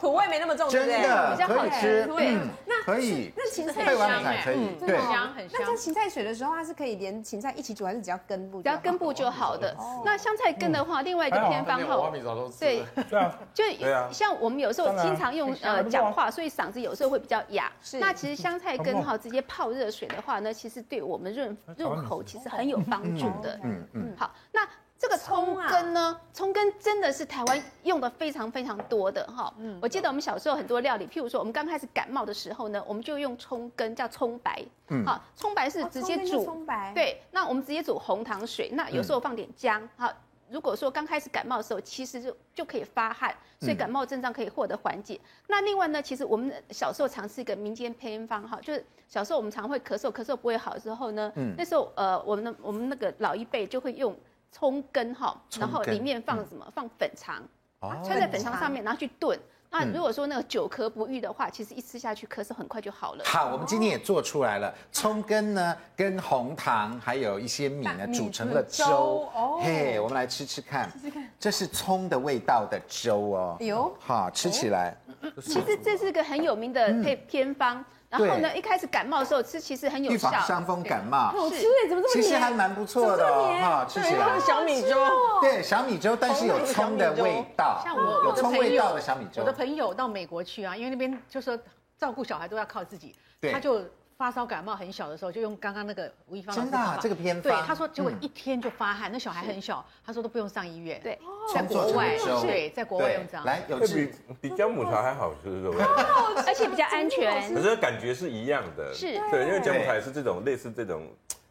S1: 土味没那么重，对
S2: 真
S1: 不对？
S2: 的
S1: 比较
S2: 可
S1: 好
S2: 以吃，
S1: 对，
S2: 嗯
S1: 那
S2: 可以
S1: 那芹菜
S2: 配
S1: 水
S2: 完
S7: 香
S2: 奶
S7: 哎
S2: 可以
S1: 真，的
S2: 对
S1: 哦。
S7: 香很香
S1: 那在芹菜水的时候，它是可以连芹菜一起煮，还是只要根部？
S9: 只要根部就好的。
S2: 哦
S9: 那香菜根的话，另外一个偏方哈，对，
S5: 对啊，
S9: 就
S3: 对啊
S9: 像我们有时候
S5: 当然啊
S9: 经常用
S5: 香
S9: 呃
S5: 不错啊
S9: 讲话，所以嗓子有时候会比较哑。
S1: 是
S9: 那其实香菜根哈直接泡热水的话呢，其实对我们润
S5: 台湾
S9: 入
S5: 美食
S9: 口其实很有帮助的。
S2: 嗯嗯，
S9: 好，那这个
S1: 葱
S9: 葱
S1: 啊
S9: 根呢？葱根真的是台湾用的非常非常多的哈。
S1: 嗯
S9: 我记得我们小时候很多料理，譬如说我们刚开始感冒的时候呢，我们就用葱根叫葱白。好，葱白是
S1: 哦
S9: 直接
S1: 葱根就
S9: 煮
S1: 葱白，，
S9: 对，那我们直接煮红糖水，那有时候放点姜，好。如果说刚开始感冒的时候，其实就就可以发汗，所以感冒症状可以获得缓解。那另外呢，其实我们小时候常吃一个民间偏方哈，就是小时候我们常会咳嗽，咳嗽不会好的时候呢，那时候呃，我们的我们那个老一辈就会用葱根哈，然后里面放什么？放粉肠，
S3: 啊
S9: 穿在粉肠嗯上面，然后去炖。那如果说那个久咳不愈的话，其实一吃下去咳嗽很快就好了。
S2: 好，我们今天也做出来了，葱根呢跟红糖还有一些米呢煮成了粥，嘿，我们来吃吃看，这是葱的味道的粥哦，
S1: 有
S2: 好吃起来，
S9: 其实这是个很有名
S2: 嗯
S9: 的配偏方。然后呢，一开始感冒的时候吃，其实很有
S2: 预
S9: 效
S2: 防。伤风感冒，
S1: 好吃哎，怎么这
S2: 其
S1: 么
S2: 实还
S1: 黏？
S2: 蛮不错的哦
S1: 怎么这么黏
S2: 哈，吃起来
S6: 那。小米粥，
S2: 对小米粥，但是有葱的味道，
S7: 像我
S2: 有
S7: 我的
S2: 葱
S7: 朋
S2: 味道
S7: 友
S2: 的小米粥
S7: 我的，朋友到美国去啊，因为那边就说照顾小孩都要靠自己
S2: 对，
S7: 他就发烧感冒很小的时候就用刚刚那个吴亦芳老
S2: 真
S7: 师
S2: 的啊
S7: 方法
S2: 这个偏
S7: 对
S2: 方，
S7: 他说结果
S2: 嗯
S7: 一天就发汗，那小孩很小，他说都不用上医院，
S9: 对，
S7: 在
S2: 葱做
S7: 国
S2: 成
S7: 外
S1: 哦
S2: 的粥，
S7: 对，在国外用这样，
S2: 来，有
S3: 会
S2: 志
S3: 比比姜母茶还好吃，是不是？
S1: 哦
S9: 而且比较安全
S3: 可。是感觉是一样的，
S9: 是
S3: 对，因为姜母茶也是这种类似这种，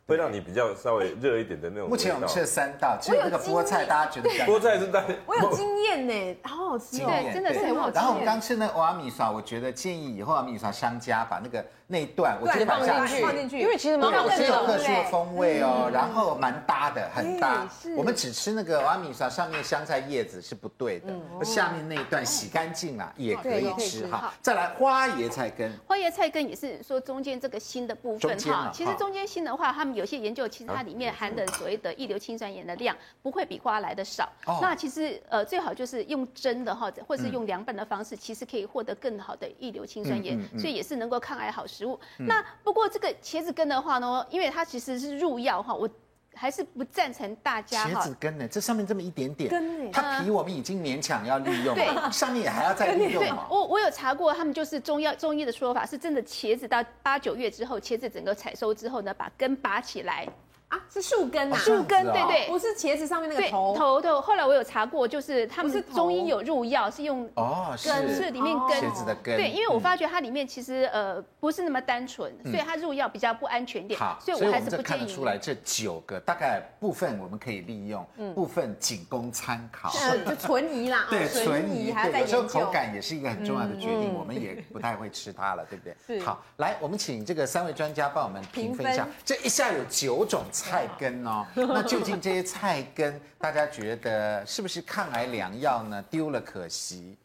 S3: 会让你比较稍微热一点的那种味道。
S2: 目前我们吃了三道，只有那个菠菜，大家觉得比较
S3: 菠菜是在
S1: 我有经验呢，好好吃哦。
S9: 对真的是很好吃
S2: 然后我们刚吃那个瓦米耍，我觉得建议以后瓦米耍商家把那个那一段，我今天买下
S1: 放进
S2: 去
S1: 去，。放进去，
S6: 因为其实蛮好
S2: 我
S6: 吃
S2: 是有
S6: 的。
S2: 特殊的风味哦，然后蛮搭的，很搭
S1: 嗯是。
S2: 我们只吃那个瓦米耍上面香菜叶子是不对的，下面那一段洗干净了也可以
S1: 对可以
S2: 吃
S1: 吃
S2: 哈。再来花椰菜根，
S9: 花椰菜根也是说中间这个芯的部
S2: 中
S9: 分
S2: 间啊
S9: 哈，其实
S2: 好
S9: 中间芯的话，他们有些研究其实它里面含的所谓的异硫氰酸盐的量不会比花来的少
S2: 哦。嗯
S9: 那其实呃最好就是用蒸的哈，或是用凉拌的方式，其实可以获得更好的异硫氰酸
S2: 嗯
S9: 盐
S2: 嗯，嗯
S9: 所以也是能够抗癌好食物。那不过这个茄子根的话呢，因为它其实是入药哈，我还是不赞成大家
S2: 茄
S9: 哈
S2: 子根呢，这上面这么一点点
S1: 根呢，
S2: 它皮我们已经勉强要利用了，
S9: 对
S2: 上面也还要再利用
S9: 对
S2: 哦。
S9: 我，我有查过，他们就是中药中医的说法，是真的茄子到八九月之后，茄子整个采收之后呢，把根拔起来，
S1: 啊，是树根
S2: 哦
S1: 啊，
S2: 树根这样子哦
S9: 对对
S1: 不是茄子上面那个
S9: 对
S1: 头。
S9: 头的。后来我有查过，就是他
S1: 不是
S9: 们
S1: 头
S9: 中医有入药，是用
S2: 哦，是
S9: 根，是里面根。
S2: 茄子的根，嗯
S9: 对，因为我发觉它里面其实呃不是那么单纯，所以它入药比较不安全一点
S2: 好，，
S9: 所以
S2: 所以
S9: 我
S2: 我
S9: 还
S2: 们
S9: 是
S2: 这
S9: 不
S2: 看
S9: 建
S2: 得
S9: 议
S2: 出。来，这九个大概部分我们可以利用，
S9: 嗯
S2: 部分仅供参考。
S9: 啊
S1: 呃，就存疑啦，
S2: 对，
S1: 啊
S2: 哦存疑，
S1: 还要
S2: 对，
S1: 再
S2: 有
S1: 研
S2: 时候
S1: 究。
S2: 口感也是一个很重要的决
S9: 嗯
S2: 定，我们也不太会吃它了，对 不对？好，来，我们请这个三位专家帮我们评分一下
S1: 评分，
S2: 这一下有九种菜根 哦，那究竟这些菜根大家觉得是不是抗癌良药呢？丢了可惜。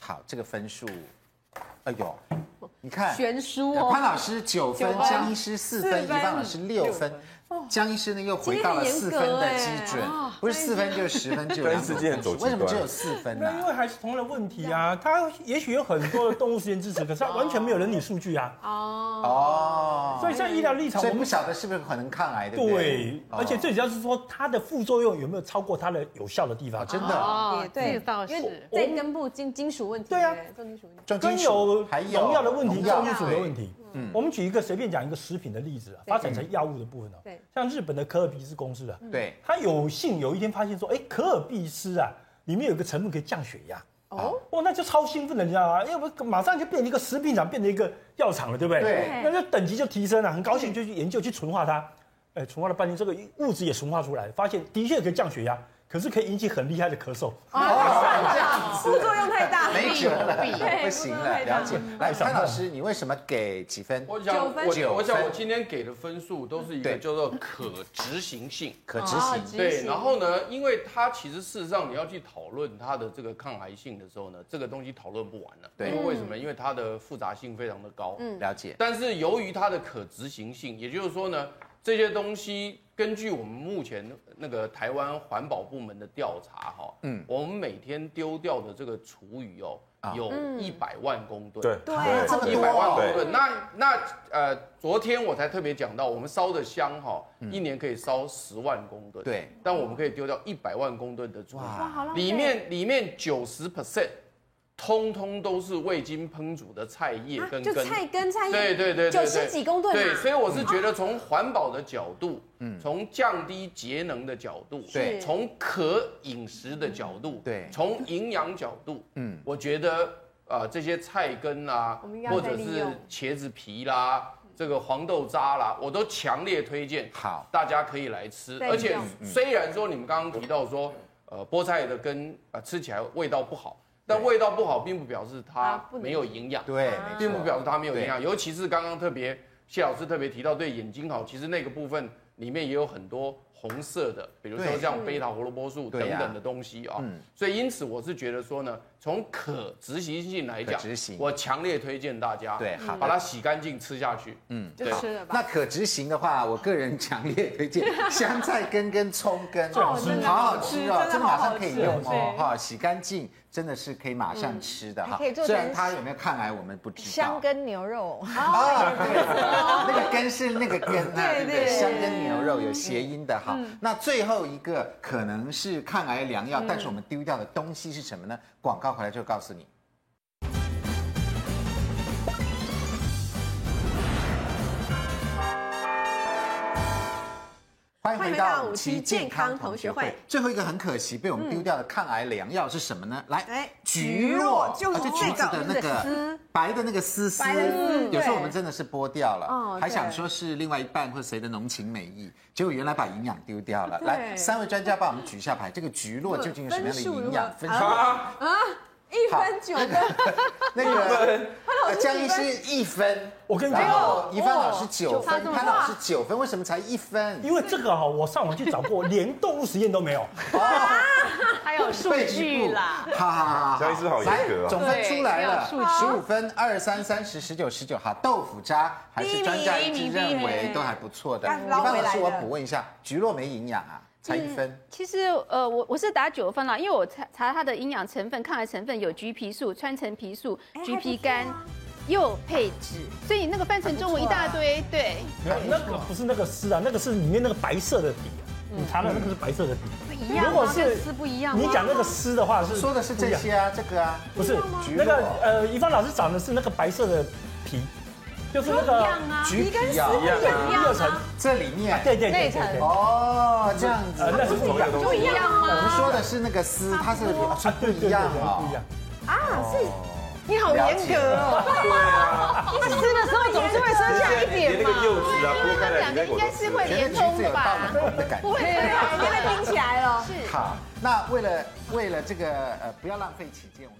S2: 好，这个分数哎呦，你看，
S7: 悬殊
S2: 呃
S7: 哦。
S2: 潘老师九分，
S6: 分
S2: 江医师四分，
S6: 四
S2: 怡
S6: 分
S2: 芳老师六分，江医师呢又回到了四分的基准，不是四分就是十分，就
S3: 但是时间很走极
S2: 为什么
S3: 端
S2: 只有四分呢
S5: 那因？为还是同样的问题啊，它也许有很多的动物实验支持，可是它完全没有人体数据啊。
S2: 哦，
S5: 所以在医疗立场，
S2: 所以
S5: 我
S2: 不
S5: 们
S2: 晓得是不是可能抗癌，对不
S5: 对
S2: 对？，
S5: 而且最主要是说它的副作用有没有超过它的有效的地方啊
S2: 哦。真的
S7: 哦，
S6: 对
S7: 这倒
S6: 因
S7: 是
S6: 为。在根部金金属问题，
S5: 对啊
S6: 不，重金属问题，
S2: 重金
S5: 跟
S2: 属
S5: 有
S2: 还有
S5: 农药的问题、
S2: 农药
S5: 重金属的
S2: 对
S5: 问题。嗯，我们举一个随便讲一个食品的例子啊，发展
S2: 嗯
S5: 成药物的部分哦。
S6: 对，
S5: 像日本的可尔必斯公司啊，
S2: 对，
S5: 他有幸有一天发现说，哎，可尔必斯啊，里面有一个成分可以降血压。哦，哦，那就超兴奋的，你知道吗？要不马上就变成一个食品厂，变成一个药厂了，对不对？
S2: 对
S5: 那就等级就提升了，很高兴就去研究去纯化它。哎，纯化了半天，这个物质也纯化出来，发现的确可以降血压，可是可以引起很厉害的咳嗽。
S7: 哦
S1: 副作用太大，
S2: 没辙了
S7: 必有，
S1: 弊
S2: 不行了，了解。来，潘老师，你为什么给几分？
S8: 我想
S2: 九
S8: 我我想
S2: 分
S8: 我今天给的分数都是一
S2: 对
S8: 个叫做可执行性。
S2: 可执行。
S8: 对，然后呢，因为它其实事实上你要去讨论它的这个抗癌性的时候呢，这个东西讨论不完了。
S2: 对
S8: 因为为什么？因为它的复杂性非常的高。嗯，
S2: 了解，
S8: 但是由于它的可执行性，也就是说呢，这些东西根据我们目前那个台湾环保部门的调查哈，
S2: 嗯啊
S8: 嗯，我们每天丢掉的这个厨余哦，有
S2: 嗯
S8: 一百万公吨。
S3: 对
S1: 对
S2: 这么
S8: 一
S2: 多
S8: 百
S1: 啊
S8: 万公
S2: 哦，
S8: 吨。那那呃，昨天我才特别讲到，我们烧的香哈、一年可以烧十万公吨，
S2: 对，
S8: 但我们可以丢掉一百万公吨的猪
S2: 哇
S1: 好浪费啊
S8: 里面里面九十 percent，通通都是未经烹煮的菜叶
S1: 啊
S8: 跟
S1: 就
S8: 根。
S1: 菜根菜
S8: 对
S1: 叶，
S8: 对对对，对
S1: 90几公吨啊嘛嗯
S8: 对，所以我是觉得从环保的角度，嗯，从降低节能的角度，
S2: 对
S8: 从可饮食的角度，
S2: 对
S8: 从营养角度，
S2: 嗯
S8: 嗯，我觉得啊这些菜根啊
S1: 我们应该，要
S8: 或
S1: 再
S8: 者
S1: 利
S8: 是
S1: 用
S8: 茄子皮啦，这个黄豆渣啦，我都强烈推荐，
S2: 好嗯
S8: 大家可以来吃。
S1: 再
S8: 而且
S1: 用
S8: 虽然说你们刚刚提到说，呃，菠菜的根啊、呃吃起来味道不好，但味道不好并不表示
S1: 啊
S8: 它
S1: 不能
S8: 没有营养。
S2: 对，
S8: 并不
S2: 没错
S8: 表示它没有营养，尤其是刚刚特别谢老师特别提到对眼睛好，其实那个部分里面也有很多红色的，比如
S2: 对
S8: 说像贝塔胡萝卜素
S2: 对
S8: 等
S2: 呀
S8: 等的东西啊、
S2: 嗯
S8: 所以因此我是觉得说呢，从可执行性来讲
S2: 可执行，
S8: 我强烈推荐大家
S2: 对好
S8: 把它洗干净吃下去。嗯，对。
S7: 吃了吧
S2: 那可执行的话，我个人强烈推荐香菜根跟葱根，好好
S5: 真
S2: 吃
S5: 的
S2: 哦，
S1: 真的
S2: 这马上可以
S5: 好好
S2: 用
S5: 吃
S2: 哦，哈，洗干净真的是可以马上吃的哈
S7: 还可以。做
S2: 虽然
S7: 成
S2: 它有没有抗癌我们不知道。
S7: 香跟牛肉，
S2: 啊，对，那个根是那个根啊，对
S7: 对
S2: 不对？嗯
S7: 对
S2: 香跟牛肉有谐音的哈。那最后一个可能是抗癌良药，但是我们丢掉的东西是什么呢？广告回来就告诉你。欢迎回到五期健康同学会。最后一个很可惜被我们丢掉的抗癌良药是什么呢？来
S1: 哎，
S2: 橘
S1: 橘
S2: 络
S1: 络，就是
S2: 啊这
S1: 这
S2: 橘子
S1: 个
S2: 的那个白的那个丝丝
S1: 白的丝，
S2: 有时候
S1: 对
S2: 我们真的是剥掉了，
S1: 哦
S2: 还
S1: 对
S2: 想说是另外一半或谁的浓情美意，结果原来把营养丢掉了。
S1: 对
S2: 来，三位专家帮我们举一下牌，这个橘络究竟有什么样的营养分
S1: 分
S2: 析？
S3: 啊，
S1: 一
S2: 好
S1: 分九分，
S2: 那个呃江医师一分，
S5: 我跟你讲
S2: 然后怡芳老
S1: 哦
S2: 师九
S7: 差
S2: 分，
S7: 这么
S2: 潘
S7: 多
S2: 老
S7: 啊
S2: 师九分，为什么才一分？
S5: 因为这个哈、我上网去找过，连动物实验都没有。
S7: 还有数
S2: 被
S7: 据啦。
S2: 好好好好，
S3: 江医师好严格
S2: 来
S3: 啊
S2: 总分出来了
S7: 对要，
S2: 十五分、二三三十、十九、十九，好，豆腐渣还是专家一致认为都还不错的。
S1: 第一
S2: 李
S1: 名第一名
S2: 芳老师，
S1: 捞回
S2: 我
S1: 来的
S2: 补问一下，菊络没营养啊，才
S3: 嗯
S2: 一分，
S9: 其实呃，我我是打九分啦，因为我查查它的营养成分、抗癌成分有橘皮素、川橙皮素、
S1: 哎啊
S9: 橘皮苷，又配脂，所以那个翻成中文一大堆，对，
S5: 没有，那个不是那个丝啊，那个是里面那个白色的底啊。你查了那个是白色的底，啊
S7: 一样
S5: 如果
S7: 吗？
S5: 是
S7: 跟吃不一样吗？啊
S5: 你讲那个丝的话是
S2: 说的是这些啊，这个啊，
S5: 不一样，不
S2: 橘络
S5: 是那个呃，怡芳老师讲的是那个白色的皮，就是那
S7: 一
S5: 个呃
S7: 样啊，
S2: 橘皮啊，
S3: 一样啊，
S5: 热层，
S2: 这里面
S5: 对对对对对，
S2: 哦，这样子
S3: 啊
S5: 呃，，那是不一样的。
S7: 不一样
S1: 啊
S2: 我
S7: 吗？
S2: 们说的是那个丝，它是
S5: 啊
S2: 啊不
S5: 对对
S2: 一
S5: 对对
S2: 样
S5: 不
S2: 啊
S5: 一样。。
S7: 你好严格哦，吃的时候总是会剩下一
S3: 连
S7: 点
S3: 那
S7: 嘛
S3: 个。柚子啊，剥
S9: 他
S3: 开
S9: 们
S3: 来
S9: 两
S3: 你那
S9: 个
S3: 个
S9: 应
S3: 我都
S9: 该是
S3: 吃
S9: 会
S3: 了。
S2: 觉得
S9: 连
S2: 橘子
S9: 通
S2: 有大
S9: 吧？
S2: 冷的感觉
S9: 不。会
S1: 对啊
S9: 吧，
S1: 对，你被冰起来了。
S9: 是。
S2: 好，那为了为了这个呃不要浪费起见，我们。